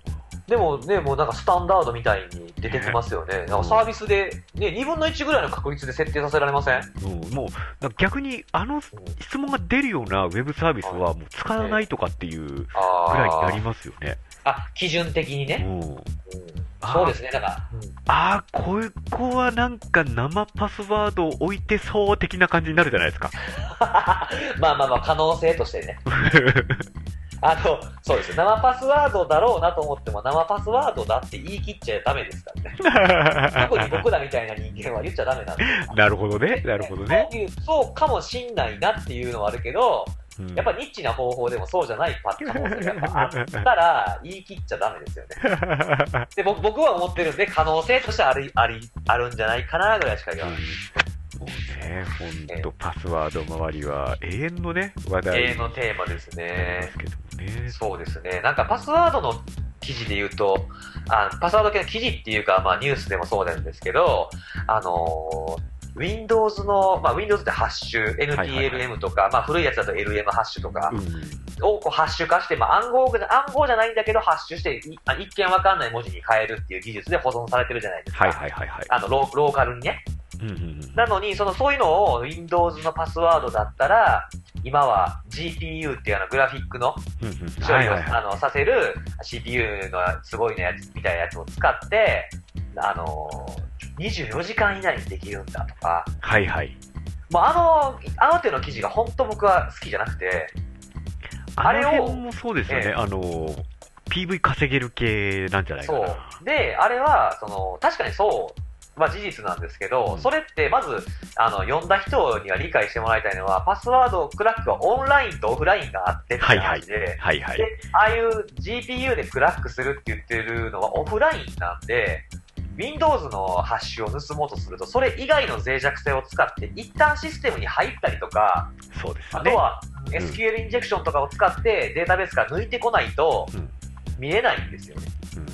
でもね、もうなんかスタンダードみたいに出てきますよね。なんかサービスで、ね、2分の1ぐらいの確率で設定させられません
うん、もう、だから逆に、あの質問が出るようなウェブサービスはもう使わないとかっていうぐ
あ
らいになり
ー
ますよね。
あ、基準的に
う
ね。
ん。
うん
あー
そうですね、だから。
ああ、ここはなんか生パスワードを置いてそう的な感じになるじゃないです
<laughs>
か。
まあまあまあ、可能性として
<laughs>
ね。あの、そうですよ生パスワードだろうなと思っても、生パスワードだって言い切っちゃダメですからね。
<laughs>
特に僕らみたいな人間は言っちゃダメなんで。
なるほどね、なるほどね。
そういう、そうかもしんないなっていうのはあるけど、
うん
やっぱニッチな方法でもそうじゃないパ可能性がやっぱあったら、言い切っちゃダメですよね。
<laughs>
で、僕僕は思ってるんで、可能性としてある、あり、あるんじゃないかなぐらいしか言わない。
もうね、ほんと、パスワード周りは永遠のね、話題
永
に
遠のテーマです
なり
ね
ま。すけどもね。
そうですね。なんかパスワードの記事で言うと、あパスワード系の記事っていうか、まあニュースでもそうなんですけど、あのー Windows の、まあ Windows ってハッシュ、
はいはいはい
NTLM とか、まあ古いやつだと LM ハッシュとか
うん
をこうハッシュ化して、まあ暗号、暗号じゃないんだけど、ハッシュしていあ一見わかんない文字に変えるっていう技術で保存されてるじゃないですか。
はいはいはいはい。
あのロー、ローカルにね。
うんうんうん
なのに、その、そういうのを Windows のパスワードだったら、今は GPU っていうあのグラフィックの
うんうん
処
はい
理を、
はいは
あの、させる CPU のすごいのやつみたいなやつを使って、あの、24時間以内にできるんだとか、
い。はいはい。
もうあの、あの手の記事が本当僕は好きじゃなくて、
あ
あ
れ
れを
を。もそうですよ
え
ね、
え
あの、PV 稼げる系なんじゃないか
そ
な。
う。で、あれは、その、確かにそう、まあ事実なんですけど、
うん
それってまず、あの、読んだ人には理解してもらいたいのは、パスワードクラックはオンラインとオフラインがあってって
はいはい
感じで、
はいはい。
で、ああいう GPU でクラックするって言ってるのはオフラインなんで、Windows のハッシュを盗もうとすると、それ以外の脆弱性を使って、一旦システムに入ったりとか、
そうです
あ
よ
と
ね。
は
ん
SQL インジェクションとかを使ってデータベースから抜いてこないと
うん
見えないんですよね。
うん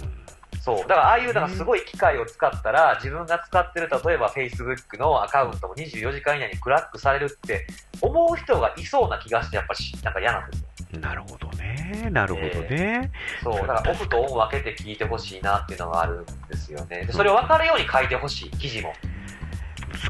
そう。だからああいうなんかすごい機械を使ったら、自分が使ってる例えば Facebook のアカウントも24時間以内にクラックされるって思う人がいそうな気がして、やっぱし、なんか嫌なんですよ。
なるほどね。なるほどね。
そう、だ <laughs> からオフとオン分けて聞いてほしいなっていうのがあるんですよね。でそれを分かるように書いてほしい、記事も。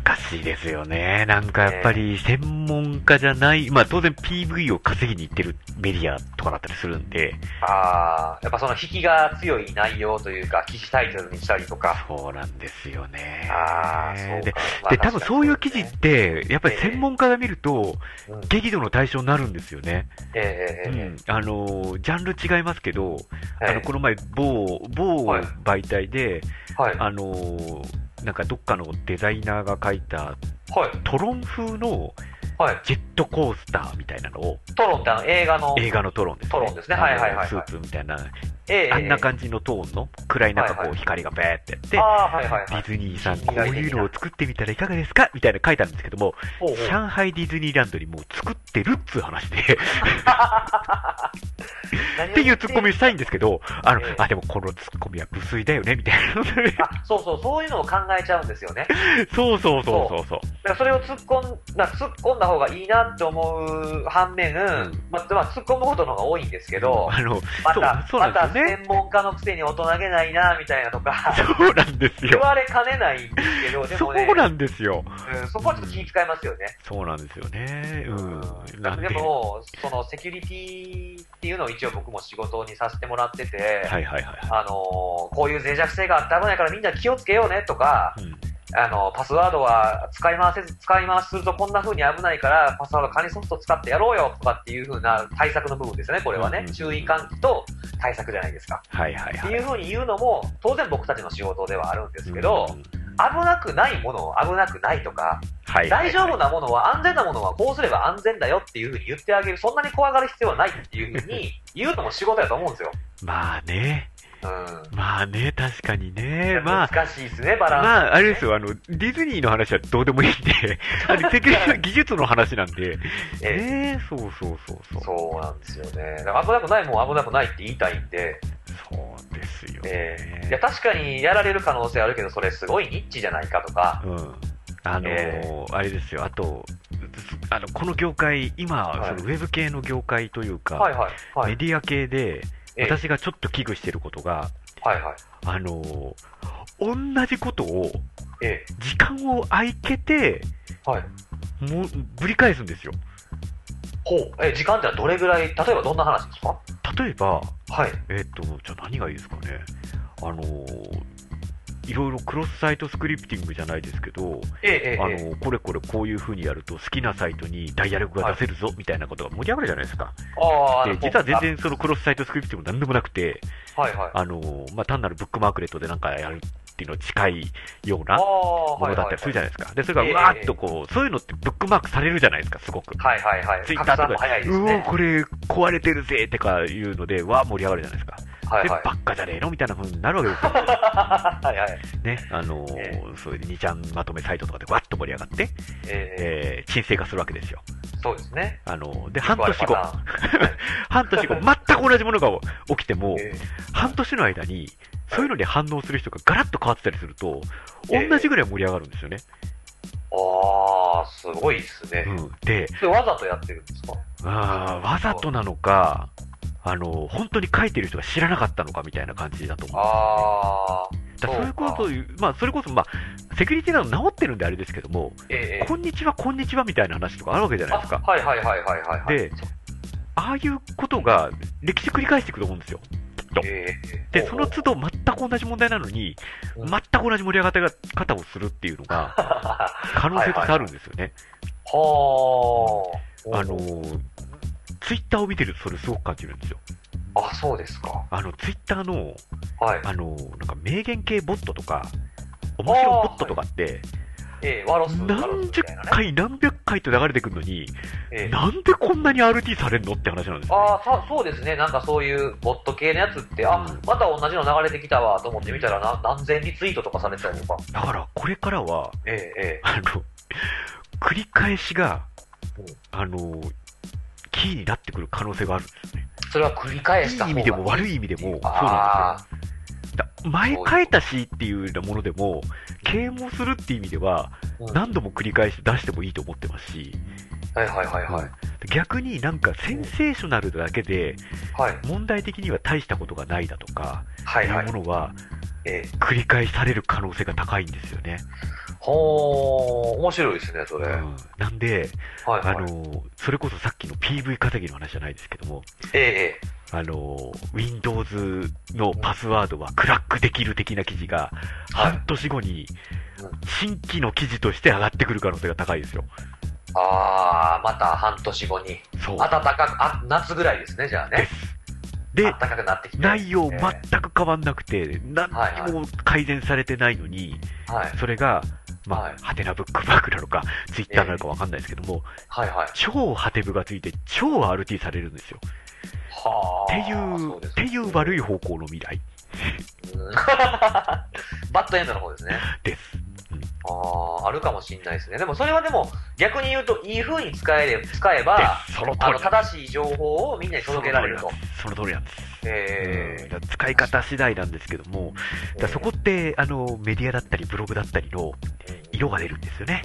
難しいですよね。なんかやっぱり専門家じゃない、まあ当然 PV を稼ぎに行ってるメディアとかだったりするんで、
ああ、やっぱその引きが強い内容というか、記事タイトルにしたりとか。
そうなんですよね。
ああ、そう
で
か。まあ
で、多分そういう記事っ、て、やっぱり
ええ
専門家が見ると、
確かにそうですね
激怒の対象になるんですよね。
うん、ええええ
う
え
ん。あの、ジャンル違いますけど、
え
あの、この前、某、某
はい
媒体で、
はい。
あの、なんかどっかのデザイナーが書いた、
はい。
トロン風の
はい。
ジェットコースターみたいなのを、
トロンってあの映画の、
映画のトロンですね。
トロンですね
あの
はいはいはいはい
スーツみたいな、
ええ
あんな感じのトーンの暗い中、
はい
こ
は
う
い
光がベーってやって
じ、ああ、はいはい
ディ
はい。
ズニーさん、
近
こ
未
う
来的
い
な
うのを作ってみたらいかがですかみたいな書いてあるんですけども、
ほうほう
上海ディズニーランドにもう作ってるっつう話で、っていうツッコミをしたいんですけど、あの
ええ、
あ、でもこのツッコミは無粋だよね、みたいな。 <laughs>
あ、そうそう、そういうのを考えちゃうんですよね。だ
そうそうそうそうそう。
からそれを突っ込んだ、突っ込んだ方がいいなって思う反面、
ん
まあ、まあ、突っ込むことの方が多いんですけど、
あの、
また、
そうそう
ま
な
た
んですよね
専門家のくせに大人げないな、みたいなと
<laughs>
か、
そうなんです
言
よ。
われかねないんですけど、で
そ
もね、
うなんですよ。
うんそこはちょっと気遣いますよね。
そうなんですよね。うん。なん
で
で。
も、そのセキュリティっていうのを一応僕も仕事にさせてもらってて、
はいはいはいは
あのーこういう脆弱性があって危ないからみんな気をつけようねとか、
い。うん
あの、パスワードは使い回せず、使い回しするとこんな風に危ないから、パスワード管理ソフト使ってやろうよとかっていう風な対策の部分ですよね、これは
うんうん
ね
う。ん
注意喚起と対策じゃないですか。
はいはい
って
はいい。
う風に言うのも、当然僕たちの仕事ではあるんですけど、
うん、
危なくないものを危なくないとか、
はいはいは
大
い
丈夫なものは安全なものはこうすれば安全だよっていう風に言ってあげる、そんなに怖がる必要はないっていう
<laughs>
風に言うのも仕事だと思うんですよ。
まあね。
うん。
まあね、確かにね。まあ、
難しいですね、バランス。
まあ、あれですよ、あの、ディズニーの話はどうでもいいん
<laughs>
で、あの、セキュリティの技術の話なんで、
ええ
ねえ、そうそうそうそう。
そうなんですよね。だから危なくないもん危なくないって言いたいんで、
そうですよ
え
ね。
ーいや、確かにやられる可能性あるけど、それすごいニッチじゃないかとか、
うん。あのー
え
あれですよ、あと、あの、この業界、今、
はい
そのウェブ系の業界というか、
はいはい、は
メ
い、
ディア系で、
ええ
私がちょっと危惧してることが、
はいはい、
あのー同じことを、
え
時間を空けて、
ーはい。
もう、ぶり返すんですよ。
ほう、え、時間ってのはどれぐらい、例えばどんな話ですか
例えば、
はい、
えっと、じゃあ何がいいですかね。あのーいろいろクロスサイトスクリプティングじゃないですけど、
えー、え
あの
ー、え
ーこれこれこういう風にやると好きなサイトにダイアログが出せるぞみたいなことが盛り上がるじゃないですか。
ー、あーあ
で
の、
実は全然そのクロスサイトスクリプティングも何でもなくて、
あ、はいはい。
あのーまあ、単なるブックマークレットでなんかやるっていうのに近いような
あー
ものだったりするじゃないですか。で、それ
ええ
がわーっとこう、そういうのってブックマークされるじゃないですか、すごく。
はいはいはい。
ツイッター
拡
とか
散も早いです
うおー
ね。
これ壊れてるぜってかいうので、わー盛り上がるじゃないですか。
はい
で、
は
ば
い。
っかじゃねえのみたいな風になるわけですよ。
<laughs> はいはい。
ね、あのー
え
そういう2ちゃんまとめサイトとかでわっと盛り上がって、
え
えー、沈静化するわけですよ。
ー、そうですね。
あのーで、半年後
よく、ある
半年後、全く同じものが起きて
パ
も
タ、ーンえ
半年の間に、そういうのに反応する人がガラッと変わってたりすると、
ええ
同じぐらい盛り上がるんですよね。
ーあー、すごいですね。
うん、で、
それわざとやってるんですか
あーわざとなのか、あのー本当に書いてる人が知らなかったのかみたいな感じだと思うんですよね。だ
あー、
からそういうことを言う、まあ、それこそ、まあ、セキュリティなの治ってるんであれですけども、
えー、えー
こんにちは、こんにちはみたいな話とかあるわけじゃないですか。
あはいはいはいはいはいはい。
で、ああいうことが歴史繰り返していくと思うんですよ。
えー
で、その都度全く同じ問題なのに、
うん
全く同じ盛り上がり方をするっていうのが、
<laughs> は
可能性としてあるんですよね。
あ。 <laughs>
あのー、ツイッターを見てるとそれすごく感じるんですよ。
あ、そうですか。
あの、ツイッターの、
はい。
あのー、なんか名言系ボットとか、面白ボットとかって、
えー、ワロス、ワロス
何
み
十
たいなね。
回何百回と流れてくるのに、
えー
なんでこんなに RT されんのって話なんですよ、ね。
あーさそうですね、なんかそういうボット系のやつって、あ、
うん
また同じの流れてきたわと思って見たらな、何千リツイートとかされてたりとか、
だから、これからは、
えええ
あの、繰り返しが
うん、
あの、キーになってくる可能性があるんですね。
えそれは繰り返した
いい
方
意
が
味でも悪い意味でも、そうなん
あ
ですよ。だ前書いたしっていうようなものでも、啓蒙するっていう意味では、
ーうん
何度も繰り返して出してもいいと思ってますし、
はいはいはいはい。
逆になんかセンセーショナルだけで、
はい。
問題的には大したことがないだとか、
はいいうはい
も。のは
ええ。
繰り返される可能性が高いんですよね。
ほー、面白いですね、それ。
う
はい
ん、なんで、あ
はい。
の、それこそさっきの PV 稼ぎの話じゃないですけども、
ええ、え
あの、Windows のパスワードはクラックできる的な記事が、
はい
半年後に
うん、
新規の記事として上がってくる可能性が高いですよ。
え。あー、また半年後に。
そう。
暖かく、あ、夏ぐらいですね、じゃあ
で
ね。
す。で
暖、かくなってきて。
内容
え
全
え
く変わんなくて、何にも改善されてないのに、
はい。
それが、ま
はい
あ、ハテナブックバックなのか、ツイッターなのかわかんないですけども、
はいはい。
超ハテブがついて、超 RT されるんですよ。
は
ってい
ー
う、
そです
っていう悪い方向の未来
うん <laughs> バッドエンドの方ですね。
です。
ああ、あるかもしれないですね。でもそれはでも逆に言うと、いい風に使えれ使えば、
です。その通
あ
りな
の、
んで
正しい情報をみんなに
す。その通
届け
り
ら
な
れ
ん
る
で
と。
す。その通りなんです。うん
え
だから使い方次第なんですけども、だからそこって、あの、メディアだったりブログだったりの色が出るんですよね。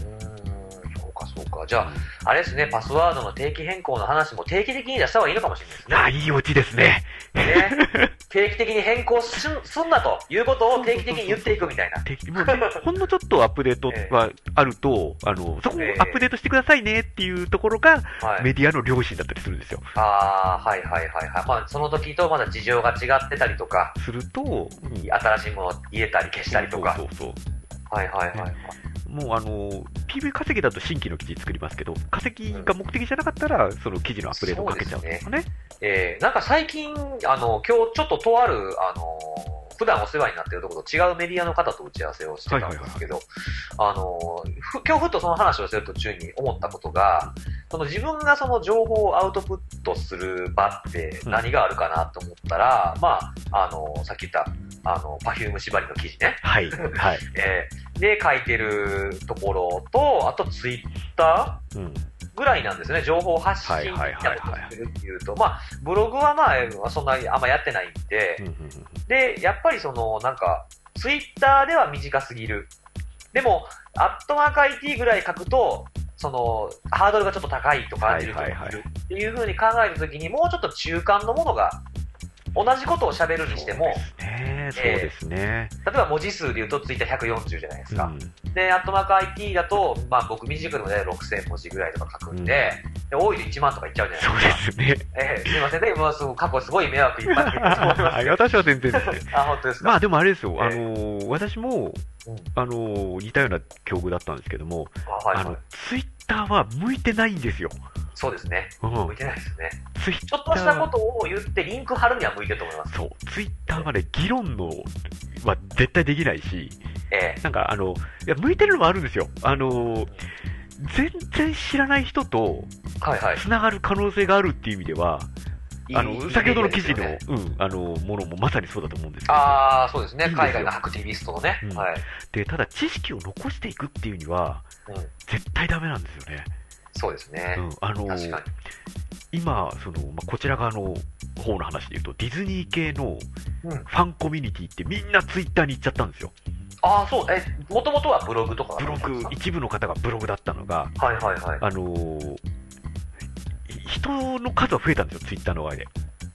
うん、そうかそうか。じゃあ、あれですね、パスワードの定期変更の話も定期的に出した方がいいのかもしれ
あ、いいオチですね。
ないですね。ね定期的に変更すんすんなということを定期的に言っていくみたい
<laughs>
な。
でもうねほんのちょっとアップデートはあると、あの、そこを
ええ
アップデートしてくださいねっていうところが、
はい。
メディアの良心だったりするんですよ。
ああ、はいはいはいはい。まあ、その時とまだ事情が違ってたりとか、
すると、
新しいものを入れたり消したりとか。
そうそうそう
はいはいはいはい。
もうあの、PV 稼ぎだと新規の記事作りますけど、稼ぎが目的じゃなかったら、その記事のアップデートをかけちゃうんですよね。
えー、なんか最近、あの、今日ちょっととある、あのー、普段お世話になっているところと違うメディアの方と打ち合わせをしてたんですけど、あのー、ふ今日ふとその話をしてる途中に思ったことが、その自分がその情報をアウトプットする場って何があるかなと思ったら、まあ、あのー、さっき言った、あの、パフューム縛りの記事ね、 <laughs>
はい、はい。
えーで書いてるところと、あとツイッター
うん。
ぐらいなんですね、情報発信みたいなことをするっていうと、まあ、ブログはまあえー、そんなにあんまやってないんで、
うんうんうん
で、やっぱりその、なんか、ツイッターでは短すぎる。でも、アットマーク IT ぐらい書くと、その、ハードルがちょっと高いと感じる人
はい
が
はいいはい
るっていうふうに考えたときに、もうちょっと中間のものが、同じことを喋るにしても、
ねえそうですね。
例えば文字数で言うとツイッター140じゃないですか。
うん
で、アットマーク IT だと、まあ僕短くでもね、6000文字ぐらいとか書くんで、で多いで1万とかいっちゃうじゃないです
そ
か
う。ですね。
ええ、すいませんね。もうすごい過去すごい迷惑いっぱいかけてし <laughs> まいま
はい
し
私は全然ですね。
た。あ、本当ですか。
まあでもあれですよ、
<laughs> ええ
あのー私も、
うん
あのー似たような境遇だったんですけども、
あ、はい、
あ
はい
の。ツイッターは向いてないんですよ、
そうですね。
うん、
向いてないですね。
ツイッ
ちょっとしたことを言ってリンク貼るには向いてると思います。
そうツイッターはね、議論のは絶対できないし、
ええ。
なんかあのいや向いてるのもあるんですよ、あのー全然知らない人と
はいはい。
つながる可能性があるっていう意味では、あ
いい
の先ほどの記事。
いいです
の,、
よね
うん、あのものもまさにそうだと思うんですけど。
ああ、そうですね
いいですよ
海外のハクティビストのね。
うん
はい。
でただ知識を残していくっていうには、
うん
絶対ダメなんですよね。
そうですね
う。ん、あの
確か
今その、まあ、こちら側の方の話で言うとディズニー系の
う
フ
ん
ァンコミュニティってみんなツイッターに行っちゃったんですよ
ああ、そう。え、もともとはブログとか
ブ
だ
ロ
ったんで
グ
すか
一部の方がブログだったのが
はいはいはい。
あのーい人の数は増えたんですよ、ツイッターの場合で。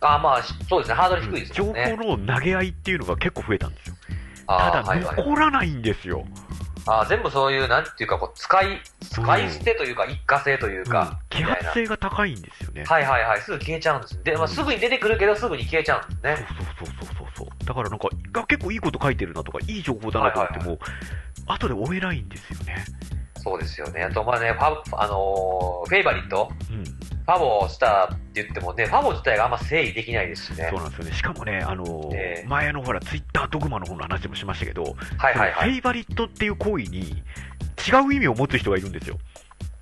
ああ、まあ、そうですね。ハードル低いです
情
もんね。
報の投げ合いっていうのが結構増えたんですよ。た
あ
だ、
あはいはい
残らないんですよ。
ああ、全部そういう、なんていうか、こう、使い、使い捨てというか、一過性という
うん
か、
揮発性が高いんですよね。
はいはいはい、すぐ消えちゃうんです。で、まあ、すぐに出てくるけど、すぐに消えちゃうんですね。
そうそうそうそうそうそう。だからなんか、が結構いいこと書いてるなとか、いい情報だなと思っても、後で追えないんですよね。
そうですよね。あと、まあね、ファ、あのーフェイバリット、
うん。
ファボをしたって言ってもね、ファボ自体があんま整理できないですしね
そう。なんですよね。しかもね、あのー
ええ
前のほら、ツイッタードグマの方の話もしましたけど、
はいはいは
フェ
い。
イバリットっていう行為に違う意味を持つ人がいるんですよ。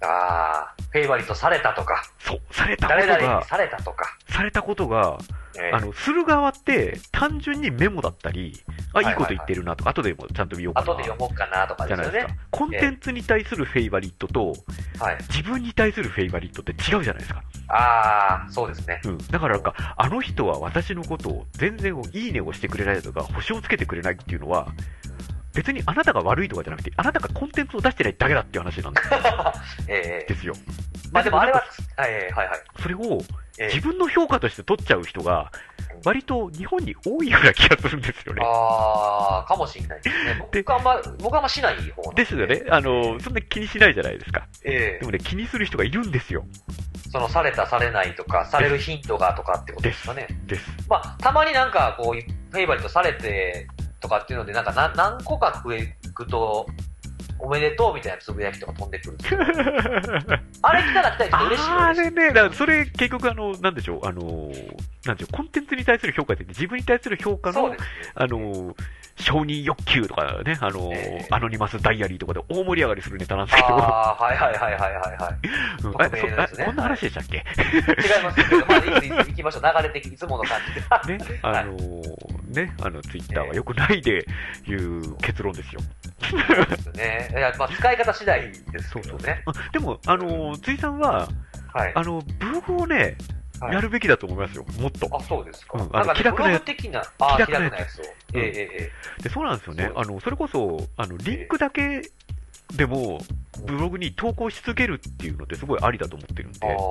ああ、フェイバリットされたとか、
そう、されたこと
誰々に
が、
されたとか。
されたことが、
え
あの、する側って単純にメモだったり、あ、
は
い
いはい
いこと言ってるなとか、後でもちゃんと見ようかな。
後で読もうかなとか
じ
で
ゃ
す
ないで
よね
す。か。コンテンツに対するフェイバリットと、
はい。
自分に対するフェイバリットって違うじゃないですか。
ああ、そうですね。 <laughs>
うん、だからなんか、あの人は私のことを全然いいねをしてくれないとか、星をつけてくれないっていうのは、別にあなたが悪いとかじゃなくて、あなたがコンテンツを出してないだけだっていう話なんで
ええ
すよ。
<laughs> まあでもあれは
だけ、
はいはいはいは
ど
い。
なんかそれを
え
自
え
分の評価として取っちゃう人が、割と日本に多いような気がするんですよね。
あー、かもしんないですね。
で
僕あんま、僕あんましない方なん
ですよ。ね。あの、そんな気にしないじゃないですか。
ええ
でもね、気にする人がいるんですよ。
そのされたされないとか、される頻度がとかってことですかね。
です。
まあ、たまになんかこう、フェイバリットされてとかっていうので、なんか何何個か増えくと、おめでとうみたいなつぶやきとか飛んでくる。あれ来たら来たりとか嬉しいよ
あれね、だからそれ結局あの、なんでしょう、あの、なんでしょう、コンテンツに対する評価って自分に対する評価
そ
の
うですね。
あの、承認欲求とかね、あの、
ええ
アノニマスダイアリーとかで大盛り上がりするネタなんですけど、
あー、はいはいはいはいはいはい。
うん
匿名のやつ
あそ
ね
あこんな話でしたっけ、
違いますけど、まあ、いついつ行きましょう。流れ的、いつもの感じで。
ね、あのね、あの、ツイッターは良くないでいう結論ですよ。
です
<laughs>
ね。いや、まあ、使い方次第ですけどね。
あでも、あの、ついさんは、
はい。
あの、ブログをね、
はい
やるべきだと思いますよ、もっと。
あ、そうですか。
うんあの
なんかね、
気
ブ
楽
ロ
なや
グ
つ
的な、あー、
気楽
気楽
なやつ
なやつを。
うん
えええ
でそうなんですよね
そう。で
あの、それこそ、あの、リンクだけでも、ブログに投稿し続けるっていうのってすごいありだと思ってるんで
えええ。あ。ー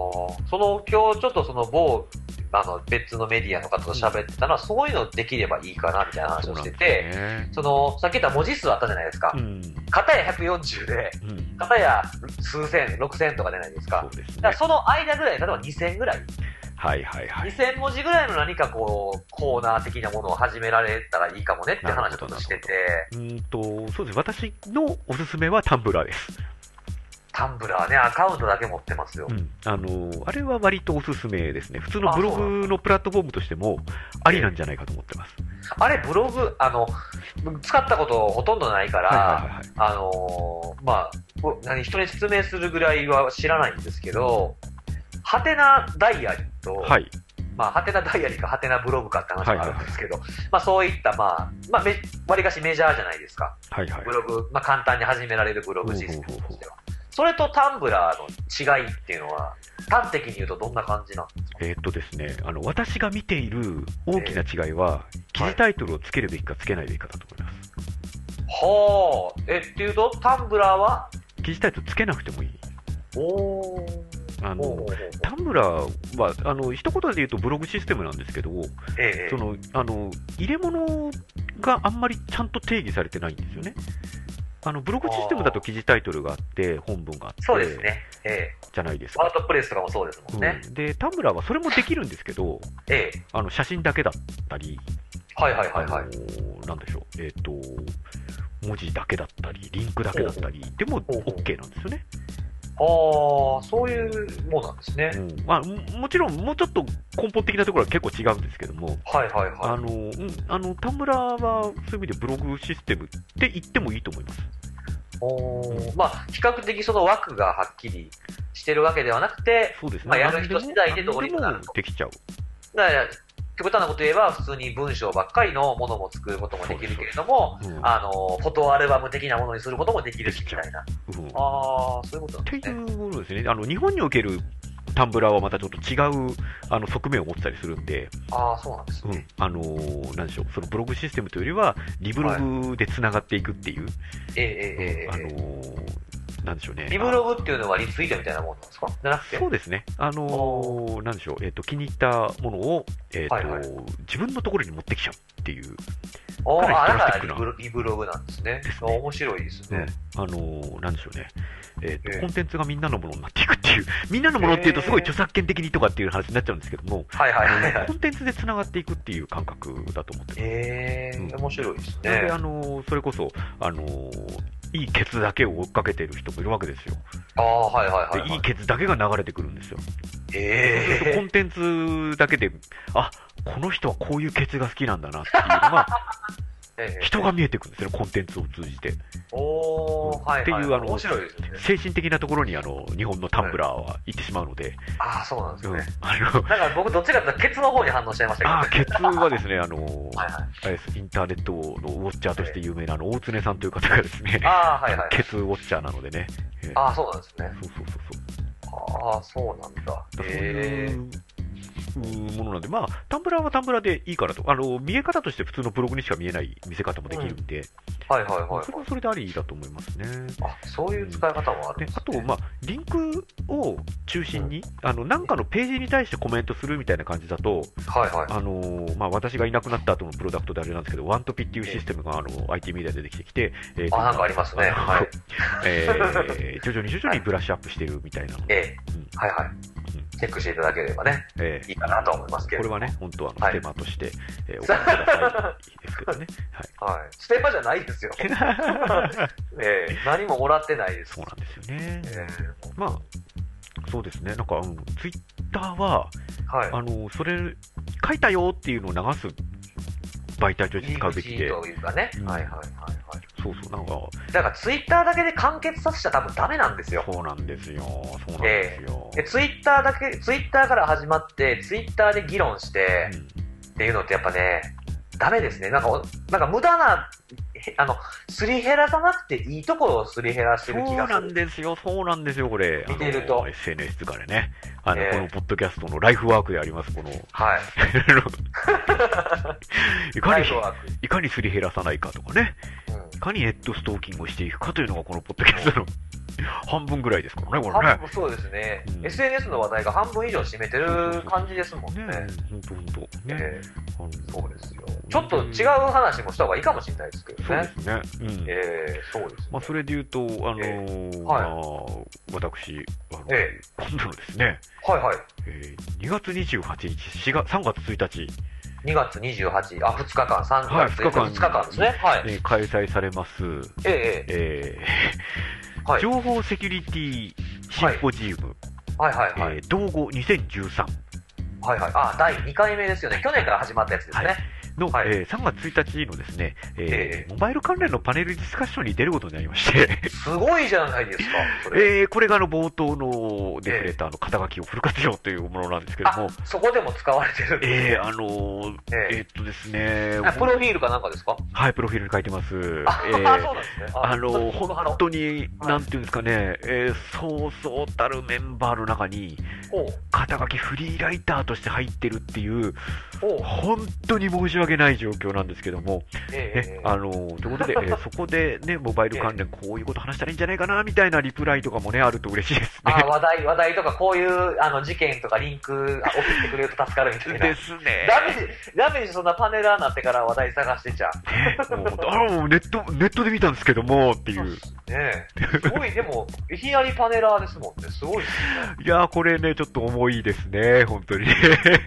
その、今日ちょっとその某、あの、別のメディアの方と喋ってたのは、そういうのできればいいかな、みたいな話
そう
を
な
し
ん
て
です
て、
ね。
その、さっき言った文字数あったじゃないですか
う。ん。
片や140で、
うん。
片や数千、六千とかじゃないですか。
そうです
だか
ね
ら。その間ぐらい、例えば2000ぐらい、
はいはいはい。
2000文字ぐらいの何かこう、コーナー的なものを始められたらいいかもねって話をちょっとしてて、
うーんと、そうです。私のおすすめはタンブラーです。
タンブラーね、アカウントだけ持ってますよ
う。ん。あの、あれは割とおすすめですね。普通の
あ
ブロ
そう
グのプラットフォームとしても、ありなんじゃないかと思ってます。
あれ、ブログ、あの、使ったことほとんどないから、
はいはいはいはい。
あのーまあ、お何、人に説明するぐらいは知らないんですけど、ハテナダイアリーと、
はい。
まあ、ハテナダイアリーかハテナブログかって話があるんですけど、まあ、そういった、まあ、まあ、め、割かしメジャーじゃないですか。
はいはい
ブ。ログ、まあ、簡単に始められるブログシステムとしては。それとタンブラーの違いっていうのは、端的に言うとどんな感じなの
えーっとですね、あの、私が見ている大きな違いは、記
はい
事タイトルをつけるべきかつけないべきかだと思います。
はあ、え、っていうと、タンブラーは
記事タイトルつけなくてもいい。
おー。
あ
おうおうお
の
う、
タンブラーは、あの、一言で言うとブログシステムなんですけど、
ええ
その、あの、入れ物があんまりちゃんと定義されてないんですよね。あの、ブログシステムだと記事タイトルがあって、本文があって、
そうですね。ええ
じゃないです
ワ
か
ー。ドプレスとかもそうですもんね。
うん、で、タンブラーはそれもできるんですけど、
ええ
あの、写真だけだったり、
はいはいはいは
あ
い。
のなんでしょう、えっ、と、文字だけだったり、リンクだけだったり、でも
ほうほう
OK なんですよね。
ああ、そういうもんなんですね。
うんまあ、ももちろん、もうちょっと根本的なところは結構違うんですけども、
はいはいはい。
あの、うん、あの、田村は、そういう意味でブログシステムって言ってもいいと思います。
おーまあ、比較的その枠がはっきりしてるわけではなくて、
そうですね。
まあやる人次第でどうにかなる
何でもできちゃう。
だから極端なこと言えば、普通に文章ばっかりのものも作ることもできるけれども、
うん
あの、フォトアルバム的なものにすることもできるし、み
できちゃう
たいな。
うんっ
ああ、そういうことなん
て
です
い
ね。
うものですね。あの、日本におけるタンブラーはまたちょっと違う、あの、側面を持ってたりするんで、
ああ、そうなんです
う
ね
ん。あのーなんでしょう、そのブログシステムというよりは、リブログで繋がっていくっていう、
ええええええ
あ
え
の
え
ーなんでしょうね。
リブログっていうのはリツイートみたいなもんなんですかじゃなくて。
そうですね。あのーなんでしょう、えっ、と、気に入ったものを、えっ、と、
はいはい
自分のところに持ってきちゃうっていう、
あ
かなり
あ、だ
プラスチッ
から
ク
リ
な
ブロリブログなんですね。
ですね
面白いですね。
あのーなんでしょうね、えっ、と、
ええ
コンテンツがみんなのものになっていくっていう、 <laughs> みんなのものっていうと、
ええ
すごい著作権的にとかっていう話になっちゃうんですけども、
はいはいはいはい
コ。ンテンツで繋がっていくっていう感覚だと思ってます。
ええ
うん
面白いです
なので、
ね
あ。のーそれこそ、あのーいいケツだけを追っかけてる人もいるわけですよ。
ああ、はいはい
で
はい
い
はいい。
ケツだけが流れてくるんですよ。
え
コンテンツだけで、あこの人はこういうケツが好きなんだなっていうのが、
<laughs> えええ
人が見えてくるんですよね、コンテンツを通じて。
おー、はい、はい。
っていうあの
面白いですね。
精神的なところにあの日本のタンブラーは行ってしまうので、
ああ、そうなんです
うん
ね。
あの
だから僕どっちかっていうとケツの方に反応しちゃいましたけど、
あーケ
ね。
ツはですね、あの
はいはい。
あれですインターネットのウォッチャーとして有名なあの大常さんという方がですね、
ああ、はいはい。
ケツウォッチャーなのでね、えー
ああ、そうなんですね。
そうそうそうそう。
ああ、そうなんだ。
そう
え
いううーものなんで、まあ、タタンブラーはタンブラーでいいからと。あの、見え方として普通のブログにしか見えない見せ方もできるんで、
はいはいは
それはそれでありだと思いますね。
い。あ、そういう使い方もあるん
で
です、ね。
あと、まあ、リンクを中心に、あの、なんかのページに対してコメントするみたいな感じだと、
はいはい。
あのーまあ、私がいなくなった後のプロダクトであれなんですけど、ワントピっていうシステムが、あの、IT メディアで出てきてきて、えー
あ、なんかありますね。
あの
はい。
えー徐々に徐々にブラッシュアップしてるみたいなので、
え
うん
え。はいはい。チェックしていただければね、
えー
いいかなと思いますけ
こ
れ
れ
ど
は
も。
ね、本当あの、
はい
ステマとして、
<laughs>
えーお考えください。ですけどね。
はい。ステマじゃない
<laughs>
ですよ。え
はい。
え何ももらってないです
そう。なんですよね。
ええ
まあ、そうですね。なんか、うん、ツイッターは、
はい。
あの、それ、書いたよっていうのを流す媒体として使うべきで、
というかね。
うん
はいはいはいは
そうそう、なんか、
い。だからツイッターだけで完結させちゃ多分ダメなんですよ。
そうなんですよ。そうなんですよ。
えツイッターだけ、ツイッターから始まって、ツイッターで議論して、
うん
っていうのってやっぱね、ダメですね。なんかお、なんか無駄な、へあの、すり減らさなくていいところをすり減らして
そう
る気がす
な
る。
んですよ、そうなんですよ、これ。
見ていると
あの SNS とかでね。あの、
ええ
このポッドキャストのライフワークであります、
<laughs>
この。
はい。
いかに
ライ、フワーク
いかにすり減らさないかとかね。いかにネットストーキングをしていくかというのが、このポッドキャスト
<laughs>
の半分ぐらいですからね、
うん。
これ
半
ね。
分そうですね、
うん
SNS の話題が半分以上占めてる感じですもんね。
ね本当本当。ね、
ええ
あの
そうですよ。ちょっと違う話もした方がいいかもしれないですけど
そうで
ね。
すね。うん。
ええそうですね、
まあ、それで言うと、あのー
はい
まあ、私、あの
え
今度のですね、
はいはい。
えー2月28日、4月3月1日、
2月28、あ、2日間、3月、
はい
2日間
二日間
ですね。はい。
えー開催されます、
ええええ
えー
はい。
情報セキュリティシンポジウム、
はいはいはい。
えー道後2013
はいはい。あ、第2回目ですよね。去年から始まったやつですね。
はの、
はい
えー3月1日のですね、えー
ええ
モバイル関連のパネルディスカッションに出ることになりまして、
すごいじゃないですか、それ。
えーこれがあの冒頭の出てくれたあの肩書きをフル活用というものなんですけど
あ
も、、
そこでも使われてるんです
え
ね
ーあのー
え
え
え
ーっとですね、
あプロフィールかなんかですか
はい、プロフィールに書いてます。
あ、 <laughs>
え
そうなん
ー
ですね。
あの、
ほ
本当に、なんていうんですかね、えーそうそうたるメンバーの中に、
ほう
肩書きフリーライターとして入ってるっていう、
ほう
本当に申し訳ない状況なんですけども、
え
ね
え、
あの、ということで、え
<laughs>
ーそこでね、モバイル関連、こういうこと話したらいいんじゃないかな、みたいなリプライとかもね、あると嬉しいです
あ
ね。
話題、話題とか、こういう、あの、事件とかリンク、あ送ってくれると助かるみたいな
で。すね。
ダメージ、ダメージそんなパネラーになってから話題探してちゃう。
ねもう本当あもうネット、ネットで見たんですけども、っていう。
ねえ。すごい、でも、いきなりパネラーですもんね。すごいです
いやー、これね、ちょっと重いですね、本当
<laughs>
にね。
ね。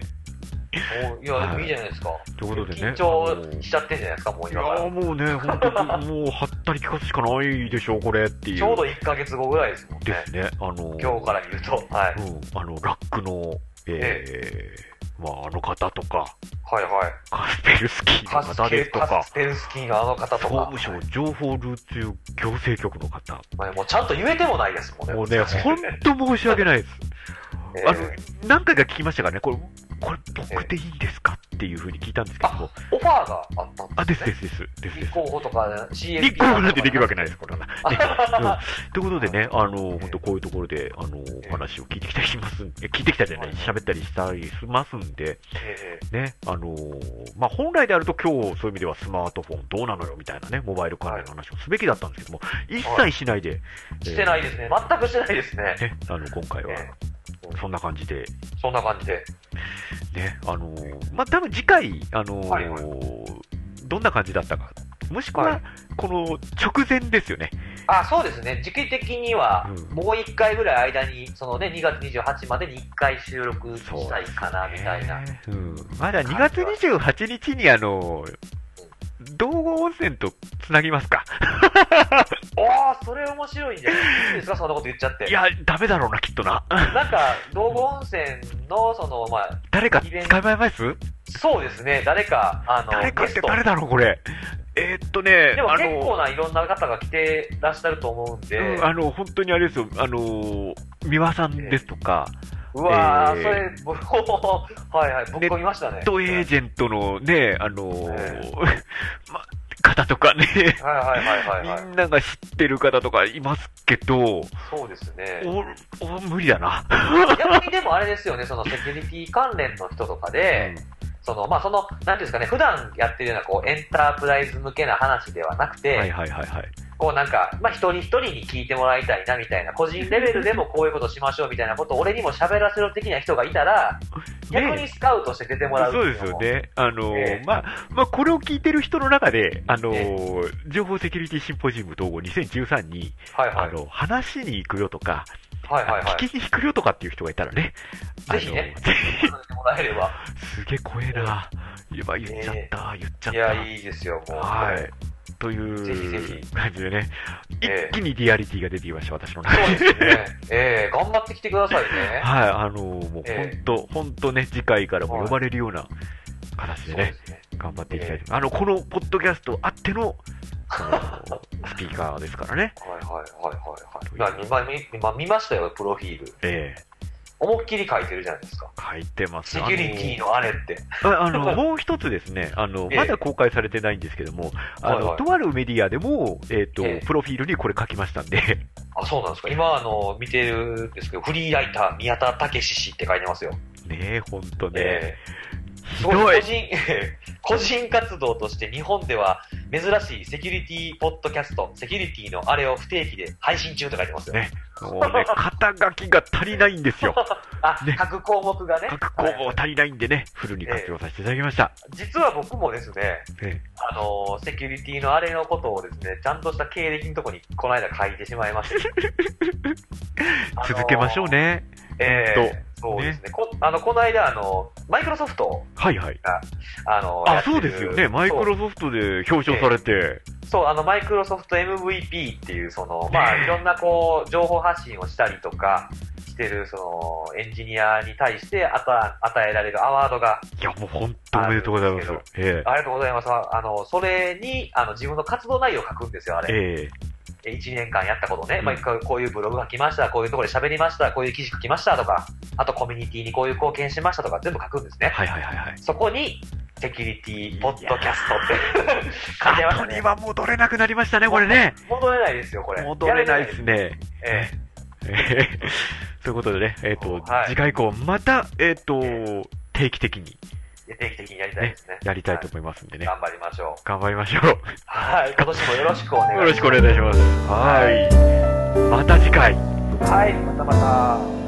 おいや、
はい
でもいいじゃないですか。
ということでね。
緊張しちゃってんじゃないですか、もう
いや
今から。
ーもうね、本当もう、はったり聞かすしかないでしょう、これっていう。
ちょうど1ヶ月後ぐらいですもん
で
ね
す。ね、あのー
<laughs> 今日から見ると。はい。
うん、あの、ラックの、えー、まあ、あの方とか、
はいはい。
カスペルスキー
カ
の
ス
方
ケ
ですとか
カ、スペルスキーのあの方
総
とか
務。省情報流通行政局の方、
まあもうちゃんと言えてもないですもんね。
もうね、ほん
え
と申し訳ないです。
<laughs> え
あの、何回か聞きましたからね、これ、これ僕でいいんですかっていうふうに聞いたんですけども、
オファーがあったんです、ね。
あ、ですですです、ですで
立
す。
候補とか CS。。
立候補なんてできるわけないいです、これは。ね <laughs> うん、ということでね、あの、本当こういうところで、あの、お話を聞いてきたりしますん、え聞いてきたじゃない、喋ったりしたりしますんで、
<laughs> え
ね、あの、まあ、本来であると今日、そういう意味ではスマートフォンどうなのよみたいなね、モバイル関連の話をすべきだったんですけども、一切しないで、
えしてないですね。全くしてないで
<laughs>
すね。
ね、あの、今回は
え、
そんな感じで、
そんな感じで。
ね、あの、まあ、多分次回、あの、
はいは
どんな感じだったか、もしく
は、
はいこの直前ですよね。
あ、そうですね。時期的には
うん、
もう1回ぐらい間に、そのね、2月28までに1回収録したいかな、みたいな。
ねうん、まだ2月28日にあの、道後温泉とつなぎますか。
おー、それ面白いんじゃないですか、そんなこと言っちゃって。
いや、ダメだろうな、きっとな。
なんか、道後温泉の、その、まあ、
誰か捕まえます
そうですね、誰か、あの、
誰か
ゲ
って
スト。
誰だろう、これ。えーっとね、
でも
あ
結構
の、
ないろんな方が来てらっしゃると思うんで、
うんあの、本当にあれですよ、あの、三輪さんですとか、
うわー、
えー
それ、僕も、はいはい、ぶっ込みましたね。
ネットエージェントのね、あの、
え
<laughs> ま、方とかね、
はいはいはいはい、はい
みんなが知ってる方とかいますけど、
そうですね。
お、お、無理だな。
逆にでもあれですよね、そのセキュリティ関連の人とかで、その、まあ、その、なんていうんですかね、普段やってるような、こう、エンタープライズ向けな話ではなくて、
はいはいはいはい。
こうなんか、まあ、一人一人に聞いてもらいたいなみたいな、個人レベルでもこういうことしましょうみたいなことを俺にも喋らせろ的な人がいたら、逆に
ね
スカウトして出てもらうって
そう
い
です
の
よ
も。
ね。あのー
ええ
まあ、まあ、これを聞いてる人の中で、あのー情報セキュリティシンポジウム統合2013に、
はいは
あ
い。
の、話しに行くよとか、
はいはいはい。
聞きに行くよとかっていう人がいたらね、あ
ぜ
の
ひね
ぜひ
出てもらえれば。
すげえ怖えな。やばい、言っちゃった、言っちゃっ
い
た。
や、いいですよ、もう。
はい。という
ぜひぜひ
感じでね、
ええ
一気にリアリティが出てきました、私の中で。
そうですね。ええ頑張ってきてください
<laughs>
ね。
はい、あのーもう
ええ
本当、本当ね、次回からも呼ばれるような形
そ
で
う
ね、
ですね。
頑張っていきたいと、あのこのポッドキャストあってのそのスピーカーですからね、
はいはいはいはいはい。まあ、見ま見ましたよ、プロフィール。
ええ
思いっきり書いてるじゃないですか。
書いてます
セキュリティのあれって。
あのあ
<laughs>
のもう一つですねあの、
ええ
まだ公開されてないんですけども、あの
はいはい
とあるメディアでも、えっと
ええ
プロフィールにこれ書きましたんで、
あ、そうなんですか。今、あの、見てるんですけど、フリーライター、宮田武史氏って書いてますよ。
ねえ、本当ね、
え
ひ
すご
ど
い
い
個、人、個人 <laughs> 活動として日本では珍しいセキュリティポッドキャスト、セキュリティのあれを不定期で配信中って書いてますよ。
ねもう
<laughs>
ね、肩書きが足りないんですよ、
あ、
ね
各項目がね。
各項目
はい
足りないんでね、フルに活用させていただきました。
実は僕もですね、
え
あのーセキュリティのあれのことをですね、ちゃんとした経歴のとこにこの間書いてしまいました。あ
え <laughs>
のー
続けましょう。ね。
え
ほんと
えそうですね。こあの、この間、あの、マイクロソフト、
はいはい。
あのや
あ、
って
そ
る
うですよね。マイクロソフトで表彰されて。
そう、あの、マイクロソフト MVP っていう、その、まあ、
ね
いろんな、こう、情報発信をしたりとかしてる、その、エンジニアに対してあた与えられるアワードが、
いや、もう本当おめでとうございます
あるんで。
え
ありがとうございます。あの、それに、あの、自分の活動内容を書くんですよ、あ
え。
れ。
え
え1年間やったことね。
うん
まあ、こうこういうブログ書きました、こういうところで喋りました、こういう記事書きましたとか、あとコミュニティにこういう貢献しましたとか、全部書くんです
え。
ね。
はいはいはいはい。
そこに、セキュリティ、ポッドキャストって、 <laughs> 書いてました
後に
ね。
は戻れなくなりましたね、これね。
戻れないですよ、これ。
戻れないで
や
すね。
れないです。ええ
ええ <laughs> ということでね、えっと、
はい
次回以降、また、えっと
え、
定期的に
いや定期的にやりたいですね。
やりたいと思いますんでね。
頑張りましょう。
頑張りましょ
はい、今年もよろしくお願いし
う。
ま
よ
す。
ろしくお願いいたします。はい。また次回。
はい、またまた。